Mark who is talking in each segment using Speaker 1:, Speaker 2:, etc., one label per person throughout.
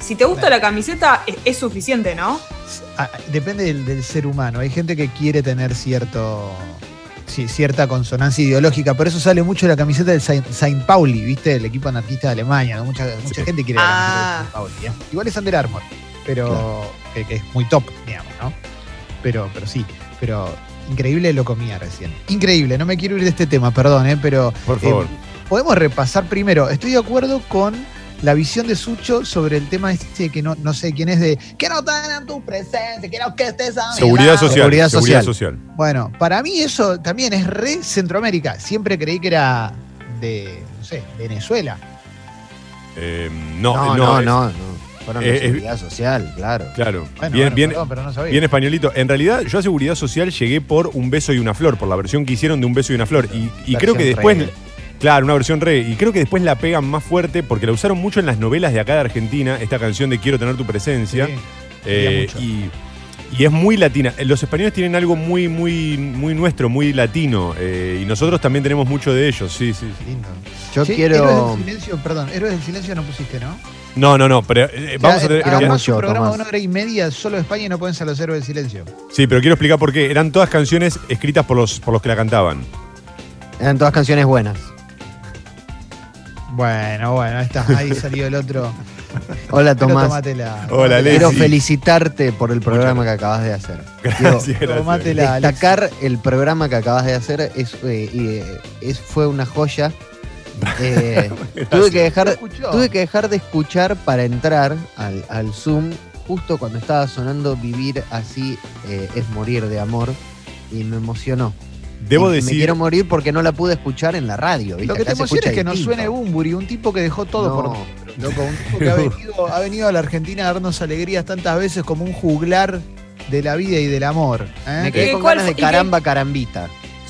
Speaker 1: si te gusta la camiseta, es, es suficiente, ¿no?
Speaker 2: Ah, depende del, del ser humano. Hay gente que quiere tener cierto. sí, cierta consonancia ideológica. Por eso sale mucho la camiseta del Saint, Saint Pauli, ¿viste? El equipo anarquista de Alemania. ¿no? Mucha, mucha gente quiere
Speaker 1: Ah.
Speaker 2: la camiseta del Saint Pauli. ¿eh? Igual es Under Armour, pero que, que es muy top, digamos, ¿no? Pero, pero sí, pero increíble lo comía recién. Increíble, no me quiero ir de este tema, perdón, ¿eh? Pero
Speaker 3: Por
Speaker 2: Eh,
Speaker 3: favor.
Speaker 2: podemos repasar primero. Estoy de acuerdo con la visión de Sucho sobre el tema este que no, no sé quién es de que no tengan tu presencia, que no que estés a mi
Speaker 3: Seguridad
Speaker 2: lado".
Speaker 3: social.
Speaker 2: Seguridad social.
Speaker 3: social.
Speaker 2: Bueno, para mí eso también es re Centroamérica. Siempre creí que era de, no sé, Venezuela.
Speaker 3: Eh, no,
Speaker 4: No, no,
Speaker 3: es-
Speaker 4: no. Fueron
Speaker 3: Eh,
Speaker 4: de
Speaker 3: es-
Speaker 4: seguridad social, claro.
Speaker 3: Claro.
Speaker 2: Bueno,
Speaker 3: bien,
Speaker 2: bueno,
Speaker 3: bien,
Speaker 2: perdón, pero no sabía.
Speaker 3: bien españolito. En realidad, yo a Seguridad Social llegué por Un Beso y una Flor, por la versión que hicieron de Un Beso y una Flor. Y, y creo que
Speaker 4: Versión
Speaker 3: después. Claro, una versión re. Y creo que después la pegan más fuerte porque la usaron mucho en las novelas de acá de Argentina, esta canción de Quiero tener tu presencia.
Speaker 2: Sí.
Speaker 3: Eh,
Speaker 2: mucho.
Speaker 3: y, y es muy latina. Eh, Los españoles tienen algo muy, muy, muy nuestro, muy latino. eh, y nosotros también tenemos mucho de ellos, sí, sí. sí.
Speaker 2: Lindo.
Speaker 4: Yo
Speaker 2: Che, Héroes
Speaker 4: quiero.
Speaker 2: del silencio, perdón, héroes del silencio no pusiste, ¿no?
Speaker 3: No, no, no, pero eh, vamos
Speaker 2: Ya,
Speaker 3: a tener.
Speaker 2: hagamos
Speaker 4: era
Speaker 3: ya-
Speaker 4: muy-
Speaker 2: un
Speaker 4: yo,
Speaker 2: programa de
Speaker 4: Tomás.
Speaker 2: una hora y media solo de España y no pueden ser los héroes del silencio.
Speaker 3: sí, pero quiero explicar por qué. Eran todas canciones escritas por los, por los que la cantaban.
Speaker 4: Eran todas canciones buenas.
Speaker 2: Bueno, bueno, ahí está, ahí salió el otro.
Speaker 4: Hola,
Speaker 2: Pero
Speaker 4: Tomás.
Speaker 2: tomatela.
Speaker 3: Hola, Leo.
Speaker 4: Quiero
Speaker 3: Leslie.
Speaker 4: felicitarte por el programa que acabas de hacer. Quiero
Speaker 3: Gracias, gracias.
Speaker 2: Tomate la
Speaker 4: destacar el programa que acabas de hacer. Es, eh, y, eh, es- fue una joya. Eh, tuve, que dejar,
Speaker 2: escuchó?
Speaker 4: tuve que dejar de escuchar para entrar al, al Zoom justo cuando estaba sonando Vivir así eh, es morir de amor. Y me emocionó.
Speaker 3: Debo
Speaker 4: Y Me
Speaker 3: decir.
Speaker 4: quiero morir porque no la pude escuchar en la radio. ¿viste?
Speaker 2: Lo que
Speaker 4: Acá
Speaker 2: te
Speaker 4: se
Speaker 2: emociona
Speaker 4: escucha
Speaker 2: es que nos
Speaker 4: distinto.
Speaker 2: suene Bumburi, un tipo que dejó todo
Speaker 4: No.
Speaker 2: por ¿eh? dentro, loco, un tipo que ha venido, ha venido a la Argentina a darnos alegrías tantas veces como un juglar de la vida y del amor. ¿eh?
Speaker 4: Me
Speaker 1: ¿Y
Speaker 4: quedé
Speaker 1: qué-
Speaker 4: con
Speaker 1: cuál
Speaker 4: ganas
Speaker 1: fue-
Speaker 4: de
Speaker 1: y qué-
Speaker 4: caramba, carambita.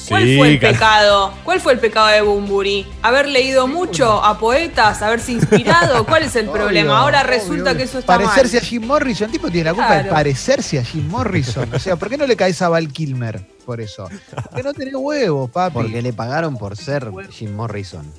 Speaker 1: ¿Cuál fue el
Speaker 3: car-
Speaker 1: pecado? ¿Cuál fue el pecado de Bumburi? ¿Haber leído mucho a poetas? ¿Haberse inspirado? ¿Cuál es el
Speaker 2: Obvio,
Speaker 1: problema? Ahora
Speaker 2: obvio,
Speaker 1: resulta
Speaker 2: obvio.
Speaker 1: que eso está
Speaker 2: Parecerse
Speaker 1: mal.
Speaker 2: a Jim Morrison, el tipo tiene la culpa de
Speaker 1: Claro.
Speaker 2: parecerse a Jim Morrison. O sea, ¿por qué no le caes a Val Kilmer por eso? Porque no tenés huevos, papi.
Speaker 4: Porque le pagaron por ser Jim Morrison.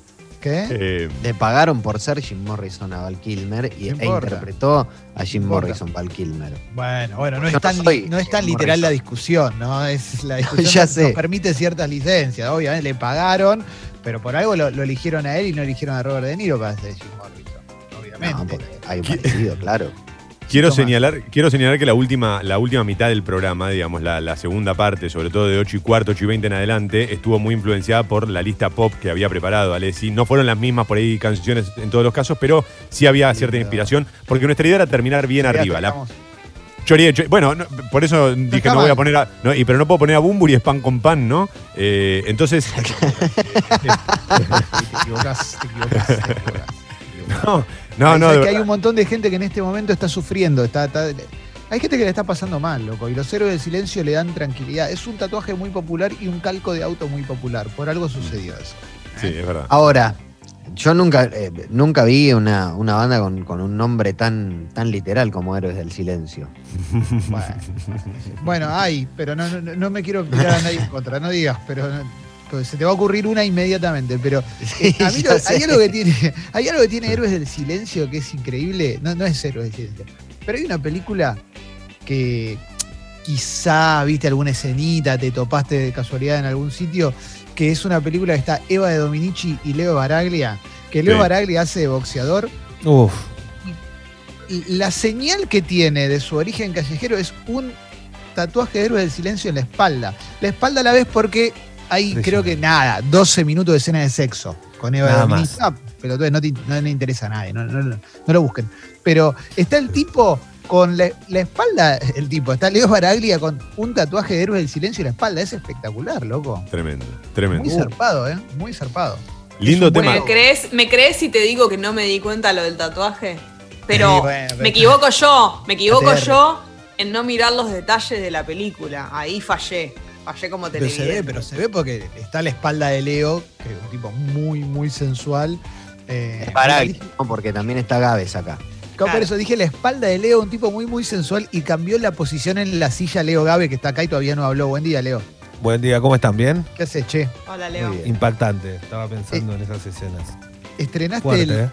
Speaker 2: ¿Qué?
Speaker 3: Eh,
Speaker 4: Le pagaron por ser Jim Morrison a Val Kilmer
Speaker 2: No
Speaker 4: y, e
Speaker 2: importa.
Speaker 4: interpretó a Jim
Speaker 2: No importa.
Speaker 4: Morrison Val Kilmer.
Speaker 2: Bueno, bueno, no
Speaker 4: Yo
Speaker 2: es tan,
Speaker 4: no soy
Speaker 2: no es tan
Speaker 4: Jim
Speaker 2: literal la
Speaker 4: Morrison.
Speaker 2: discusión, ¿no? Es la discusión
Speaker 4: Ya
Speaker 2: nos-
Speaker 4: sé.
Speaker 2: nos permite ciertas licencias, obviamente le pagaron, pero por algo lo, lo eligieron a él y no eligieron a Robert De Niro para hacer Jim Morrison,
Speaker 4: No,
Speaker 2: obviamente.
Speaker 4: porque hay un parecido, claro.
Speaker 3: quiero,
Speaker 2: Tomás.
Speaker 3: señalar, quiero señalar que la última, la última mitad del programa, digamos, la, la segunda parte, sobre todo de 8 y cuarto, 8 y 20 en adelante, estuvo muy influenciada por la lista pop que había preparado Alessi. No fueron las mismas por ahí canciones en todos los casos, pero sí había cierta
Speaker 2: Lindo.
Speaker 3: inspiración, porque nuestra idea era terminar bien
Speaker 2: Ya
Speaker 3: arriba. La,
Speaker 2: tocamos.
Speaker 3: Chorié, chor- bueno, no, por eso dije
Speaker 2: está
Speaker 3: no voy a
Speaker 2: mal.
Speaker 3: poner a. no, y, pero no puedo poner a Bumburi, es pan con pan, ¿no? Eh, entonces.
Speaker 2: Y te equivocás, te equivocás, te equivocás.
Speaker 3: No, no,
Speaker 2: Ahí
Speaker 3: no.
Speaker 2: sabés
Speaker 3: de
Speaker 2: que hay
Speaker 3: verdad.
Speaker 2: un montón de gente que en este momento está sufriendo, está, está- hay gente que le está pasando mal, loco, y los héroes del silencio le dan tranquilidad. Es un tatuaje muy popular y un calco de auto muy popular. Por algo sucedió eso.
Speaker 3: Sí, es verdad.
Speaker 4: Ahora, yo nunca, eh, nunca vi una, una banda con, con un nombre tan, tan literal como Héroes del Silencio.
Speaker 2: Bueno, Bueno, hay, pero no, no, no me quiero tirar a nadie en contra, no digas, pero no- pues se te va a ocurrir una inmediatamente, pero eh, a mí
Speaker 4: Sí,
Speaker 2: lo-
Speaker 4: ya sé.
Speaker 2: hay, algo que tiene, hay algo que tiene Héroes del Silencio que es increíble, no, no es Héroes del Silencio, pero hay una película que quizá viste alguna escenita, te topaste de casualidad en algún sitio, que es una película que está Eva de Dominici y Leo Baraglia, que Leo
Speaker 3: Sí.
Speaker 2: Baraglia hace de boxeador
Speaker 5: Uf.
Speaker 2: la señal que tiene de su origen callejero es un tatuaje de héroes del silencio en la espalda. La espalda a la vez porque hay, creo que nada, 12 minutos de escena de sexo con Eva
Speaker 5: Nada
Speaker 2: Dominic.
Speaker 5: más.
Speaker 2: Ah, pelotudes, no, te in- no le interesa a nadie, no, no- no- no lo busquen. Pero está el tipo con la, la espalda, el tipo, está Leo Baraglia con un tatuaje de héroes del silencio en la espalda. Es espectacular, loco.
Speaker 3: Tremendo,
Speaker 2: Muy
Speaker 3: tremendo. Uh,
Speaker 2: zarpado, ¿eh? Muy zarpado.
Speaker 3: Lindo
Speaker 2: es un
Speaker 3: tema.
Speaker 2: buen
Speaker 1: ¿Me crees, ¿Me crees si te digo que no me di cuenta lo del tatuaje? Pero
Speaker 2: Sí, bueno, pero-
Speaker 1: me equivoco yo, me equivoco
Speaker 2: ATR.
Speaker 1: yo en no mirar los detalles de la película. Ahí fallé, fallé como
Speaker 2: Pero se ve,
Speaker 1: televidente.
Speaker 2: pero se ve porque está la espalda de Leo, que es un tipo muy, muy sensual. Eh,
Speaker 4: Baraglia, ¿no? porque también está Gávez acá.
Speaker 2: Yo Por
Speaker 1: Claro.
Speaker 2: eso dije la espalda de Leo, un tipo muy, muy sensual, y cambió la posición en la silla Leo Gabe, que está acá y todavía no habló. Buen día, Leo.
Speaker 5: Buen día, ¿cómo están? ¿Bien?
Speaker 2: ¿Qué haces, che?
Speaker 1: Hola, Leo.
Speaker 4: Muy bien.
Speaker 2: Eh,
Speaker 5: Impactante. Estaba pensando en esas escenas.
Speaker 2: Estrenaste el.
Speaker 5: Fuerte, ¿eh?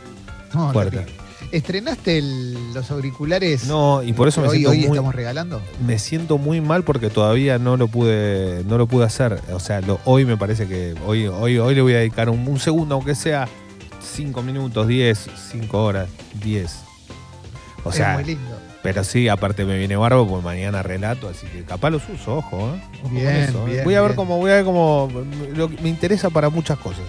Speaker 2: No, no,
Speaker 5: Fuerte.
Speaker 2: pibe. ¿Estrenaste el- los auriculares
Speaker 5: No, y por eso
Speaker 2: que
Speaker 5: me
Speaker 2: hoy,
Speaker 5: siento
Speaker 2: hoy
Speaker 5: muy,
Speaker 2: estamos regalando?
Speaker 5: me siento muy mal porque todavía no lo pude no lo pude hacer. O sea, lo- hoy me parece que hoy hoy hoy le voy a dedicar un, un segundo, aunque sea cinco minutos, 10, 5 horas, 10. O sea,
Speaker 2: es muy lindo.
Speaker 5: pero sí, aparte me viene barbo porque mañana relato, así que capaz los uso, ojo, ¿eh? Ojo con
Speaker 2: Bien,
Speaker 5: eso, ¿eh?
Speaker 2: bien,
Speaker 5: Voy a ver
Speaker 2: bien.
Speaker 5: cómo voy a ver cómo lo que- me interesa para muchas cosas.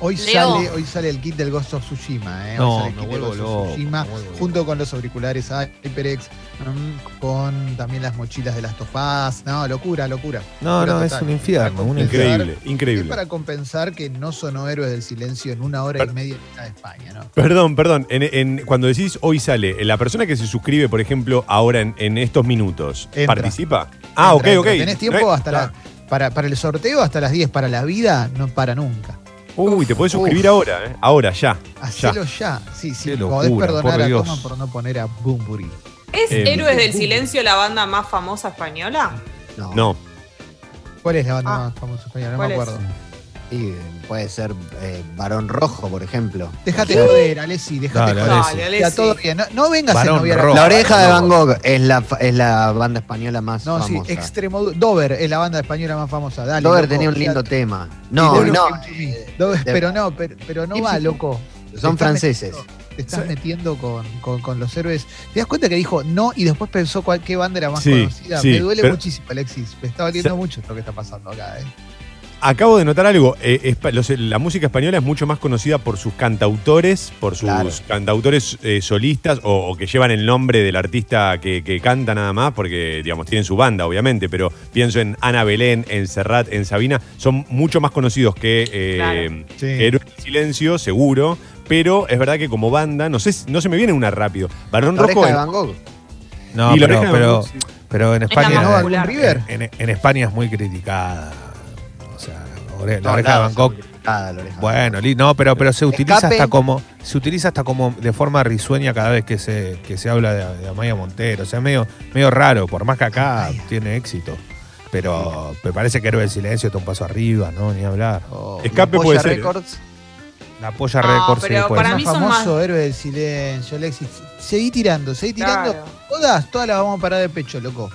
Speaker 2: Hoy
Speaker 1: Leo.
Speaker 2: sale, hoy sale el kit del Ghost of Tsushima, ¿eh? Hoy
Speaker 5: No,
Speaker 2: sale el
Speaker 5: me
Speaker 2: kit
Speaker 5: vuelvo
Speaker 2: del Ghost
Speaker 5: loco,
Speaker 2: of Tsushima,
Speaker 5: me vuelvo
Speaker 2: junto con los auriculares HyperX, mm, con también las mochilas de las tofás. No, locura, locura.
Speaker 5: No,
Speaker 2: Pero
Speaker 5: no, es
Speaker 2: total,
Speaker 5: un infierno, un
Speaker 2: para
Speaker 5: infierno.
Speaker 3: Increíble,
Speaker 2: Es
Speaker 3: increíble.
Speaker 2: para compensar que no sonó Héroes del Silencio en una hora y media de España, ¿no?
Speaker 3: Perdón, perdón. En, en- cuando decís hoy sale, la persona que se suscribe, por ejemplo, ahora en, en estos minutos,
Speaker 2: Entra.
Speaker 3: ¿participa?
Speaker 2: Entra,
Speaker 3: Ah, ok, ok.
Speaker 2: entra. Tenés tiempo
Speaker 3: No
Speaker 5: Eh,
Speaker 3: es-
Speaker 2: hasta la- para, para el sorteo hasta las 10, para la vida no para nunca.
Speaker 3: Uy, te podés suscribir ahora, ¿eh? Ahora, ya.
Speaker 2: Hacelo ya. Sí, sí,
Speaker 5: Qué
Speaker 2: podés
Speaker 5: locura,
Speaker 2: perdonar
Speaker 5: por
Speaker 2: a
Speaker 5: Dios.
Speaker 2: Toma por no poner a Bumburi.
Speaker 1: ¿Es
Speaker 3: Eh,
Speaker 1: Héroes del Silencio la banda más famosa española?
Speaker 4: No.
Speaker 3: No.
Speaker 2: ¿Cuál es la banda
Speaker 1: Ah.
Speaker 2: más famosa española? No
Speaker 1: ¿Cuál
Speaker 2: me
Speaker 1: es?
Speaker 2: acuerdo.
Speaker 4: Sí, puede ser eh, Varón Rojo, por ejemplo.
Speaker 2: Déjate joder, Alessi, déjate
Speaker 5: Dale,
Speaker 2: joder.
Speaker 5: Alessi.
Speaker 1: Dale,
Speaker 2: Ya,
Speaker 1: Alessi.
Speaker 2: todo bien. No, no vengas
Speaker 5: Varón
Speaker 2: a noviar a
Speaker 5: rojo.
Speaker 4: La oreja de Van Gogh es la, fa- es la banda española más
Speaker 2: No, sí,
Speaker 4: famosa.
Speaker 2: extremo. Dover es la banda española más famosa. Dale.
Speaker 4: Dover
Speaker 2: loco,
Speaker 4: tenía un
Speaker 2: ya-
Speaker 4: lindo tema. No,
Speaker 2: Dover,
Speaker 4: no, eh,
Speaker 2: Give to me. Dover,
Speaker 4: de-
Speaker 2: pero no, pero, pero no
Speaker 4: Give
Speaker 2: va,
Speaker 4: to me.
Speaker 2: loco.
Speaker 4: son franceses.
Speaker 2: Te estás metiendo con, con- con los héroes. ¿Te das cuenta que dijo no y después pensó cuál, qué banda era más
Speaker 3: Sí,
Speaker 2: conocida?
Speaker 3: sí,
Speaker 2: Me duele
Speaker 3: pero-
Speaker 2: muchísimo, Alexis. Me está doliendo mucho lo que está pasando acá. eh.
Speaker 3: Acabo de notar algo. eh, espa- los- la música española es mucho más conocida por sus cantautores, por sus
Speaker 4: Claro.
Speaker 3: cantautores eh, solistas o, o que llevan el nombre del artista que, que canta nada más, porque, digamos, tienen su banda, obviamente, pero pienso en Ana Belén, en Serrat, en Sabina. Son mucho más conocidos que, eh,
Speaker 1: Claro.
Speaker 2: Sí.
Speaker 3: que Héroes del Silencio, seguro. Pero es verdad que como banda, no sé, si- no se me viene una rápido. Barón
Speaker 4: La
Speaker 3: Rojo
Speaker 4: oreja de
Speaker 3: en-
Speaker 4: Van Gogh.
Speaker 5: No,
Speaker 3: y la
Speaker 5: pero,
Speaker 3: oreja de Van
Speaker 5: pero,
Speaker 3: Gogh, sí.
Speaker 5: pero en España.
Speaker 1: más
Speaker 2: ¿No?
Speaker 1: popular.
Speaker 2: ¿Algún River?
Speaker 5: En, en España es muy criticada. O sea, la ore- la
Speaker 4: Todos
Speaker 5: oreja de
Speaker 4: lados
Speaker 5: Van Gogh.
Speaker 4: son criticadas, la oreja de Van
Speaker 5: Bueno, li- no, pero, pero se utiliza
Speaker 4: Escape.
Speaker 5: hasta como. Se utiliza hasta como de forma risueña cada vez que se, que se habla de, de Amaya Montero. O sea, es medio, medio raro, por más que acá
Speaker 2: Amaya.
Speaker 5: tiene éxito. Pero me parece que Héroe del Silencio está un paso arriba, ¿no? Ni hablar.
Speaker 2: Oh,
Speaker 3: Escape
Speaker 4: Gogh.
Speaker 3: puede
Speaker 4: Polla
Speaker 3: ser.
Speaker 4: Records.
Speaker 5: La polla
Speaker 1: No,
Speaker 5: récord sí,
Speaker 1: pero
Speaker 5: puede
Speaker 1: para
Speaker 5: ser.
Speaker 2: más
Speaker 1: mí son
Speaker 2: famoso héroe del silencio, Alexis. Seguí tirando, seguí tirando.
Speaker 1: Claro.
Speaker 2: Todas, todas las vamos a parar de pecho, loco.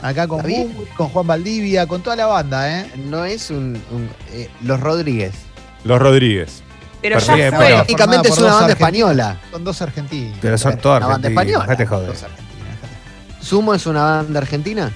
Speaker 2: Acá con
Speaker 4: Está bien.
Speaker 2: Bumburi, con Juan Valdivia, con toda la banda, ¿eh?
Speaker 4: No es un. un- eh, los Rodríguez.
Speaker 3: Los Rodríguez.
Speaker 1: Pero
Speaker 5: Perdí,
Speaker 1: ya
Speaker 5: eh,
Speaker 1: fue.
Speaker 2: pero-
Speaker 4: Prácticamente es
Speaker 2: por
Speaker 4: una
Speaker 2: dos
Speaker 4: banda
Speaker 2: argentinos.
Speaker 4: española.
Speaker 2: Son dos argentinos.
Speaker 5: Pero son
Speaker 2: Bueno,
Speaker 5: todos
Speaker 4: Una banda
Speaker 5: argentinos.
Speaker 4: española.
Speaker 5: dejate joder.
Speaker 2: Dos argentinos.
Speaker 4: ¿Sumo es una banda argentina?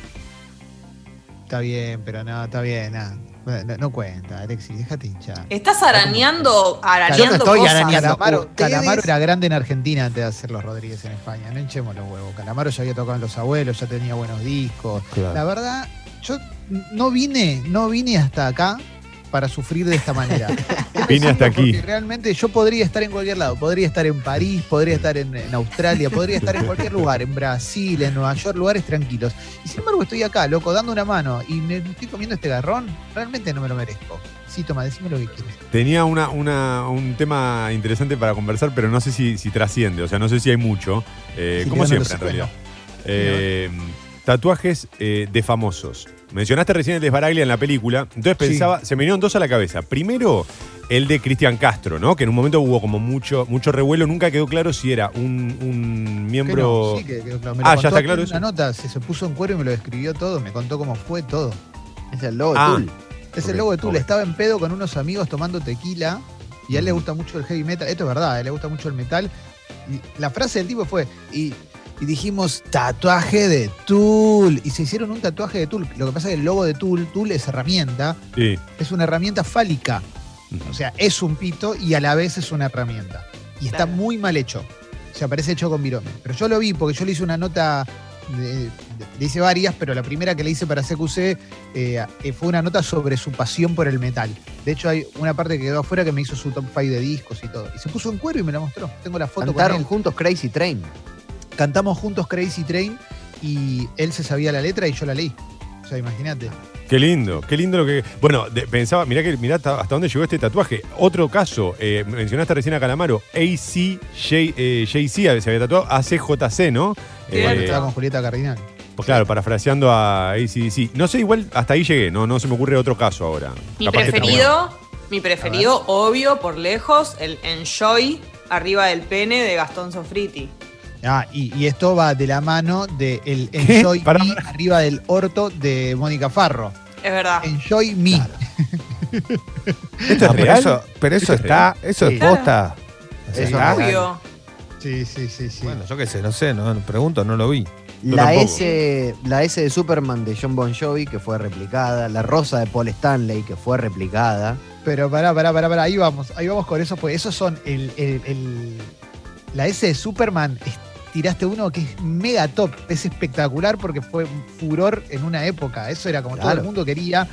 Speaker 2: Está bien, pero no, está bien, nada. Bueno, No, no cuenta, Alexis, déjate hinchar.
Speaker 1: Estás arañando, arañando
Speaker 4: Yo no estoy
Speaker 1: Eh, cosas.
Speaker 4: arañando.
Speaker 2: Calamaro,
Speaker 4: ustedes-
Speaker 2: Calamaro era grande en Argentina antes de hacer los Rodríguez en España. No hinchemos los huevos. Calamaro ya había tocado en Los Abuelos, ya tenía buenos discos.
Speaker 5: Claro.
Speaker 2: La verdad, yo no vine, no vine hasta acá para sufrir de esta manera.
Speaker 3: Vine hasta aquí.
Speaker 2: Porque realmente yo podría estar en cualquier lado. Podría estar en París, podría estar en, en Australia, podría estar en cualquier lugar, en Brasil, en Nueva York, lugares tranquilos. Y sin embargo estoy acá, loco, dando una mano y me estoy comiendo este garrón. Realmente no me lo merezco. Sí, toma, decime lo que quieres.
Speaker 3: Tenía una, una- un tema interesante para conversar, pero no sé si, si trasciende, o sea, no sé si hay mucho, eh,
Speaker 2: Sí,
Speaker 3: como
Speaker 2: pero no
Speaker 3: siempre en
Speaker 2: lo sé,
Speaker 3: realidad. Eh, tatuajes eh, de famosos. Mencionaste recién el de Sbaraglia en la película, entonces
Speaker 2: Sí.
Speaker 3: pensaba, se me vinieron dos a la cabeza. Primero, el de Cristian Castro, ¿no? Que en un momento hubo como mucho, mucho revuelo, nunca quedó claro si era un, un
Speaker 2: Que
Speaker 3: miembro...
Speaker 2: no, sí, que- que me lo
Speaker 3: Ah, ya
Speaker 2: contó
Speaker 3: está claro
Speaker 2: en
Speaker 3: eso.
Speaker 2: Una nota, se, se puso en cuero y me lo describió todo, me contó cómo fue todo.
Speaker 4: Es el logo de
Speaker 3: Ah.
Speaker 4: Tool.
Speaker 2: Es
Speaker 3: Ok,
Speaker 2: el logo de Tool,
Speaker 3: ok.
Speaker 2: estaba en pedo con unos amigos tomando tequila y a él le gusta mucho el heavy metal, esto es verdad, a él le gusta mucho el metal. Y la frase del tipo fue, y, y dijimos tatuaje de Tool, y se hicieron un tatuaje de Tool. Lo que pasa es que el logo de Tool, Tool es herramienta,
Speaker 3: Sí.
Speaker 2: es una herramienta fálica, o sea, es un pito y a la vez es una herramienta. Y está
Speaker 1: Claro.
Speaker 2: muy mal hecho. O sea, parece hecho con virome. Pero yo lo vi porque yo le hice una nota, de- de- le hice varias, pero la primera que le hice para CQC eh, eh, fue una nota sobre su pasión por el metal. De hecho, hay una parte que quedó afuera que me hizo su top 5 de discos y todo. Y se puso en cuero y me la mostró. Tengo la foto con
Speaker 4: Cantaron
Speaker 2: él.
Speaker 4: juntos Crazy Train.
Speaker 2: Cantamos juntos Crazy Train y él se sabía la letra y yo la leí. O sea, imagínate.
Speaker 3: Qué lindo, qué lindo lo que. Bueno, de- pensaba, mirá, que, mirá hasta hasta dónde llegó este tatuaje. Otro caso, eh, mencionaste recién a Calamaro, AC, J- eh, Jay-Z se había tatuado, ACJC, ¿no? Eh,
Speaker 2: Igual
Speaker 1: Cierto.
Speaker 2: estaba con Julieta Cardinal.
Speaker 3: pues claro, parafraseando a ACDC. No sé, igual hasta ahí llegué, no, no se me ocurre otro caso ahora.
Speaker 1: Mi
Speaker 3: Capaz que está
Speaker 1: preferido, mi preferido, obvio, por lejos, el Enjoy arriba del pene de Gastón Sofriti.
Speaker 2: Ah, y, y esto va de la mano de el
Speaker 3: ¿Qué?
Speaker 2: Enjoy
Speaker 3: Pará, Ah.
Speaker 2: Me arriba del orto de Mónica Farro.
Speaker 1: Es verdad.
Speaker 2: Enjoy Me.
Speaker 3: ¿Esto es
Speaker 5: pero
Speaker 3: real?
Speaker 5: eso, pero
Speaker 3: ¿Esto
Speaker 5: eso
Speaker 3: es
Speaker 5: está, eso
Speaker 2: Sí.
Speaker 5: es posta. O
Speaker 4: Eso
Speaker 5: sea, está-
Speaker 4: es
Speaker 1: Obvio.
Speaker 2: Sí, sí, sí, sí.
Speaker 5: Bueno, yo qué sé, no sé, no no pregunto, no lo vi.
Speaker 3: Yo
Speaker 4: La
Speaker 3: tampoco.
Speaker 4: S, la S de Superman de John Bon Jovi, que fue replicada. La rosa de Paul Stanley, que fue replicada.
Speaker 2: Pero pará, pará, pará, pará, ahí vamos, ahí vamos con eso, porque esos son el, el- el- la S de Superman, es- tiraste uno que es mega top, es espectacular porque fue un furor en una época, eso era como todo
Speaker 4: Claro.
Speaker 2: el mundo quería.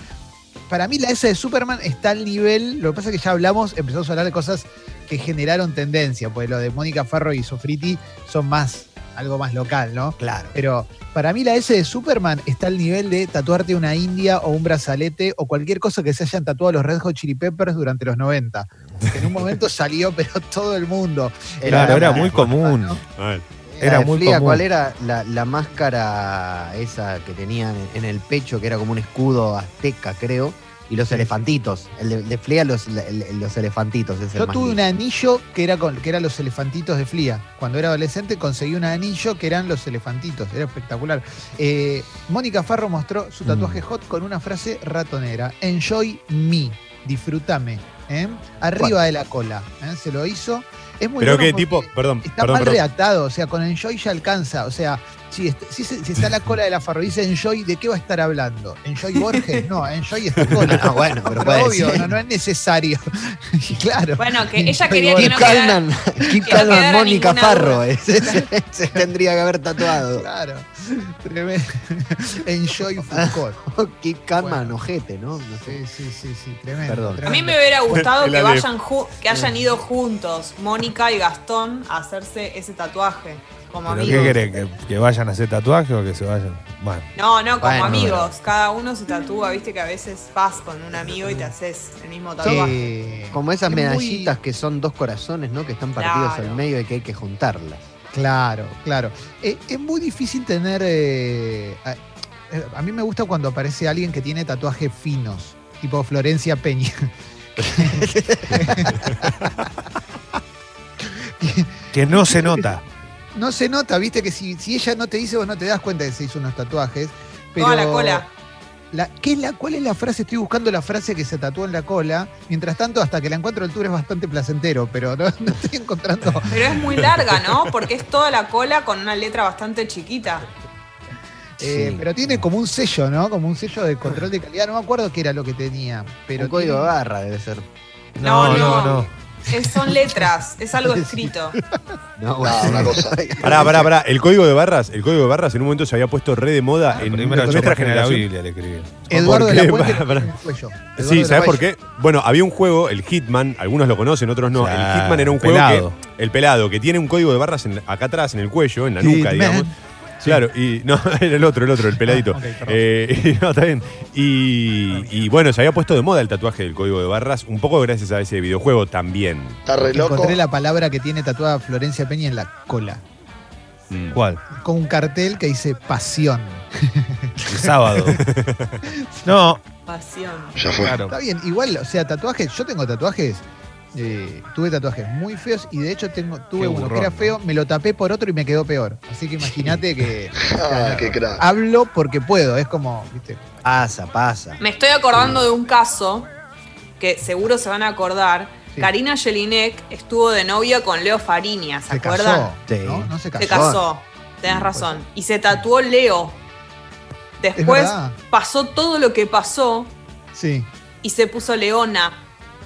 Speaker 2: Para mí la S de Superman está al nivel, lo que pasa es que ya hablamos, empezamos a hablar de cosas que generaron tendencia, pues lo de Mónica Farro y Sofriti son más, algo más local, ¿no?
Speaker 4: Claro.
Speaker 2: Pero para mí la S de Superman está al nivel de tatuarte una india o un brazalete o cualquier cosa que se hayan tatuado los Red Hot Chili Peppers durante los 90. Que en un momento salió, pero todo el mundo.
Speaker 5: Claro, era muy
Speaker 2: Batman,
Speaker 5: común.
Speaker 2: ¿no?
Speaker 3: Mal.
Speaker 5: era
Speaker 4: de
Speaker 5: muy
Speaker 4: Flia,
Speaker 5: común.
Speaker 4: ¿Cuál era la, la máscara esa que tenían en el pecho, que era como un escudo azteca, creo? Y los elefantitos. El de, el de Flia, los, la- el- los elefantitos. Es el
Speaker 2: Yo
Speaker 4: más
Speaker 2: tuve un
Speaker 4: lindo.
Speaker 2: anillo que era, con, que era los elefantitos de Flia. Cuando era adolescente conseguí un anillo que eran los elefantitos. Era espectacular. Eh, Mónica Farro mostró su tatuaje
Speaker 5: Mm.
Speaker 2: hot con una frase ratonera. Enjoy me. Disfrútame. ¿eh? Arriba de la cola. ¿eh? Se lo hizo. Es muy
Speaker 3: Pero
Speaker 2: bueno
Speaker 3: qué
Speaker 2: porque-
Speaker 3: tipo, perdón,
Speaker 2: Está
Speaker 3: perdón,
Speaker 2: mal
Speaker 3: perdón.
Speaker 2: redactado, o sea, con Enjoy ya alcanza. O sea, si, est- si se- si está la cola de la farro, dice Enjoy, ¿de qué va a estar hablando? ¿Enjoy Borges? No, Enjoy está cola.
Speaker 4: Ah, bueno, pero puede
Speaker 2: obvio,
Speaker 4: ser.
Speaker 2: no, no es necesario. Y claro.
Speaker 1: Bueno, que ella quería que
Speaker 4: Keep
Speaker 1: no quedara.
Speaker 4: Calman, Keep
Speaker 1: que no
Speaker 4: Calman,
Speaker 1: quedara
Speaker 4: Mónica
Speaker 1: ninguna
Speaker 4: Farro.
Speaker 1: duda.
Speaker 4: ese- ese- Se tendría que haber tatuado.
Speaker 2: Claro. Tremendo. Enjoy Foucault.
Speaker 4: Keep Calman,
Speaker 2: Bueno.
Speaker 4: ojete, ¿no? No sé.
Speaker 2: Sí, sí, sí, sí, tremendo.
Speaker 4: Perdón.
Speaker 1: A mí
Speaker 2: tremendo.
Speaker 1: me hubiera gustado
Speaker 3: El
Speaker 1: que
Speaker 3: Ale.
Speaker 1: vayan ju- que hayan ido juntos, Mónica y Gastón, a hacerse ese tatuaje como
Speaker 5: ¿Pero
Speaker 1: amigos.
Speaker 5: qué querés? ¿Que, que vayan a hacer tatuaje o que se vayan? Bueno,
Speaker 1: No, no, como
Speaker 4: Bueno,
Speaker 1: amigos. Cada uno se tatúa, viste que a veces vas con un amigo y te haces el mismo tatuaje.
Speaker 2: Eh,
Speaker 4: Como esas
Speaker 2: Es muy-
Speaker 4: medallitas que son dos corazones, ¿no? Que están partidos
Speaker 1: Claro.
Speaker 4: al medio y que hay que juntarlas.
Speaker 2: Claro, claro. Eh, es muy difícil tener. eh, a, eh, a mí me gusta cuando aparece alguien que tiene tatuajes finos, tipo Florencia Peña.
Speaker 5: que no se nota.
Speaker 2: No se nota, viste, que si, si ella no te dice, vos no te das cuenta que se hizo unos tatuajes. Pero
Speaker 1: Toda la cola.
Speaker 2: la- ¿qué es la, ¿Cuál es la frase? Estoy buscando la frase que se tatuó en la cola. Mientras tanto, hasta que la encuentro el tour es bastante placentero, pero no, no estoy encontrando.
Speaker 1: Pero es muy larga, ¿no? Porque es toda la cola con una letra bastante chiquita.
Speaker 2: Eh,
Speaker 4: Sí.
Speaker 2: Pero tiene como un sello, ¿no? Como un sello de control de calidad. No me acuerdo qué era lo que tenía. Pero
Speaker 4: Un código de
Speaker 2: tiene-
Speaker 4: barra debe ser.
Speaker 1: No, no.
Speaker 5: no.
Speaker 1: Es- son letras, es algo escrito.
Speaker 4: No, una cosa.
Speaker 3: Pará, pará, pará. El código de barras, el código de barras en un momento se había puesto re de moda en
Speaker 5: Ah, Primero yo
Speaker 3: nuestra
Speaker 5: creo que en la
Speaker 3: generación.
Speaker 5: Biblia le escribí.
Speaker 2: Eduardo de
Speaker 3: ¿Por
Speaker 2: la
Speaker 3: qué?
Speaker 2: Fuente
Speaker 3: Pará,
Speaker 2: en el cuello. Eduardo
Speaker 3: Sí,
Speaker 2: de la
Speaker 3: ¿sabes por
Speaker 2: Fuente.
Speaker 3: qué? Bueno, había un juego, el Hitman, algunos lo conocen, otros no.
Speaker 5: Claro,
Speaker 3: el Hitman era un
Speaker 5: el
Speaker 3: juego
Speaker 5: pelado.
Speaker 3: que el pelado que tiene un código de barras en la- acá atrás en el cuello, en la nuca,
Speaker 2: Hitman.
Speaker 3: digamos. Claro, y no, era el otro, el otro, el peladito.
Speaker 2: Ah, ok, perdón.
Speaker 3: Eh, no, está bien. Y, y bueno, se había puesto de moda el tatuaje del código de barras, un poco gracias a ese videojuego también.
Speaker 6: Está re loco.
Speaker 2: Encontré la palabra que tiene tatuada Florencia Peña en la cola.
Speaker 3: Mm.
Speaker 5: ¿Cuál?
Speaker 2: Con un cartel que dice pasión.
Speaker 5: El sábado. No,
Speaker 1: Pasión.
Speaker 6: Ya fue.
Speaker 5: claro.
Speaker 2: Está bien, igual, o sea, tatuajes, yo tengo tatuajes. eh, tuve tatuajes muy feos y de hecho tengo, tuve
Speaker 5: Qué
Speaker 2: uno que
Speaker 5: burrón,
Speaker 2: era
Speaker 5: ¿no?
Speaker 2: feo, me lo tapé por otro y me quedó peor. Así que imagínate que
Speaker 6: Ah, qué crack.
Speaker 2: hablo porque puedo, es como, viste,
Speaker 4: Pasa, pasa.
Speaker 1: Me estoy acordando de un caso que seguro se van a acordar.
Speaker 2: Sí.
Speaker 1: Karina Jelinek estuvo de novia con Leo Fariña, ¿se
Speaker 2: se
Speaker 1: acuerdan?
Speaker 2: casó.
Speaker 4: Sí.
Speaker 2: ¿no? No se casó.
Speaker 1: Se casó, tenés razón. Y se tatuó Leo.
Speaker 2: Es
Speaker 1: Después
Speaker 2: verdad.
Speaker 1: pasó todo lo que pasó
Speaker 2: Sí.
Speaker 1: y se puso Leona.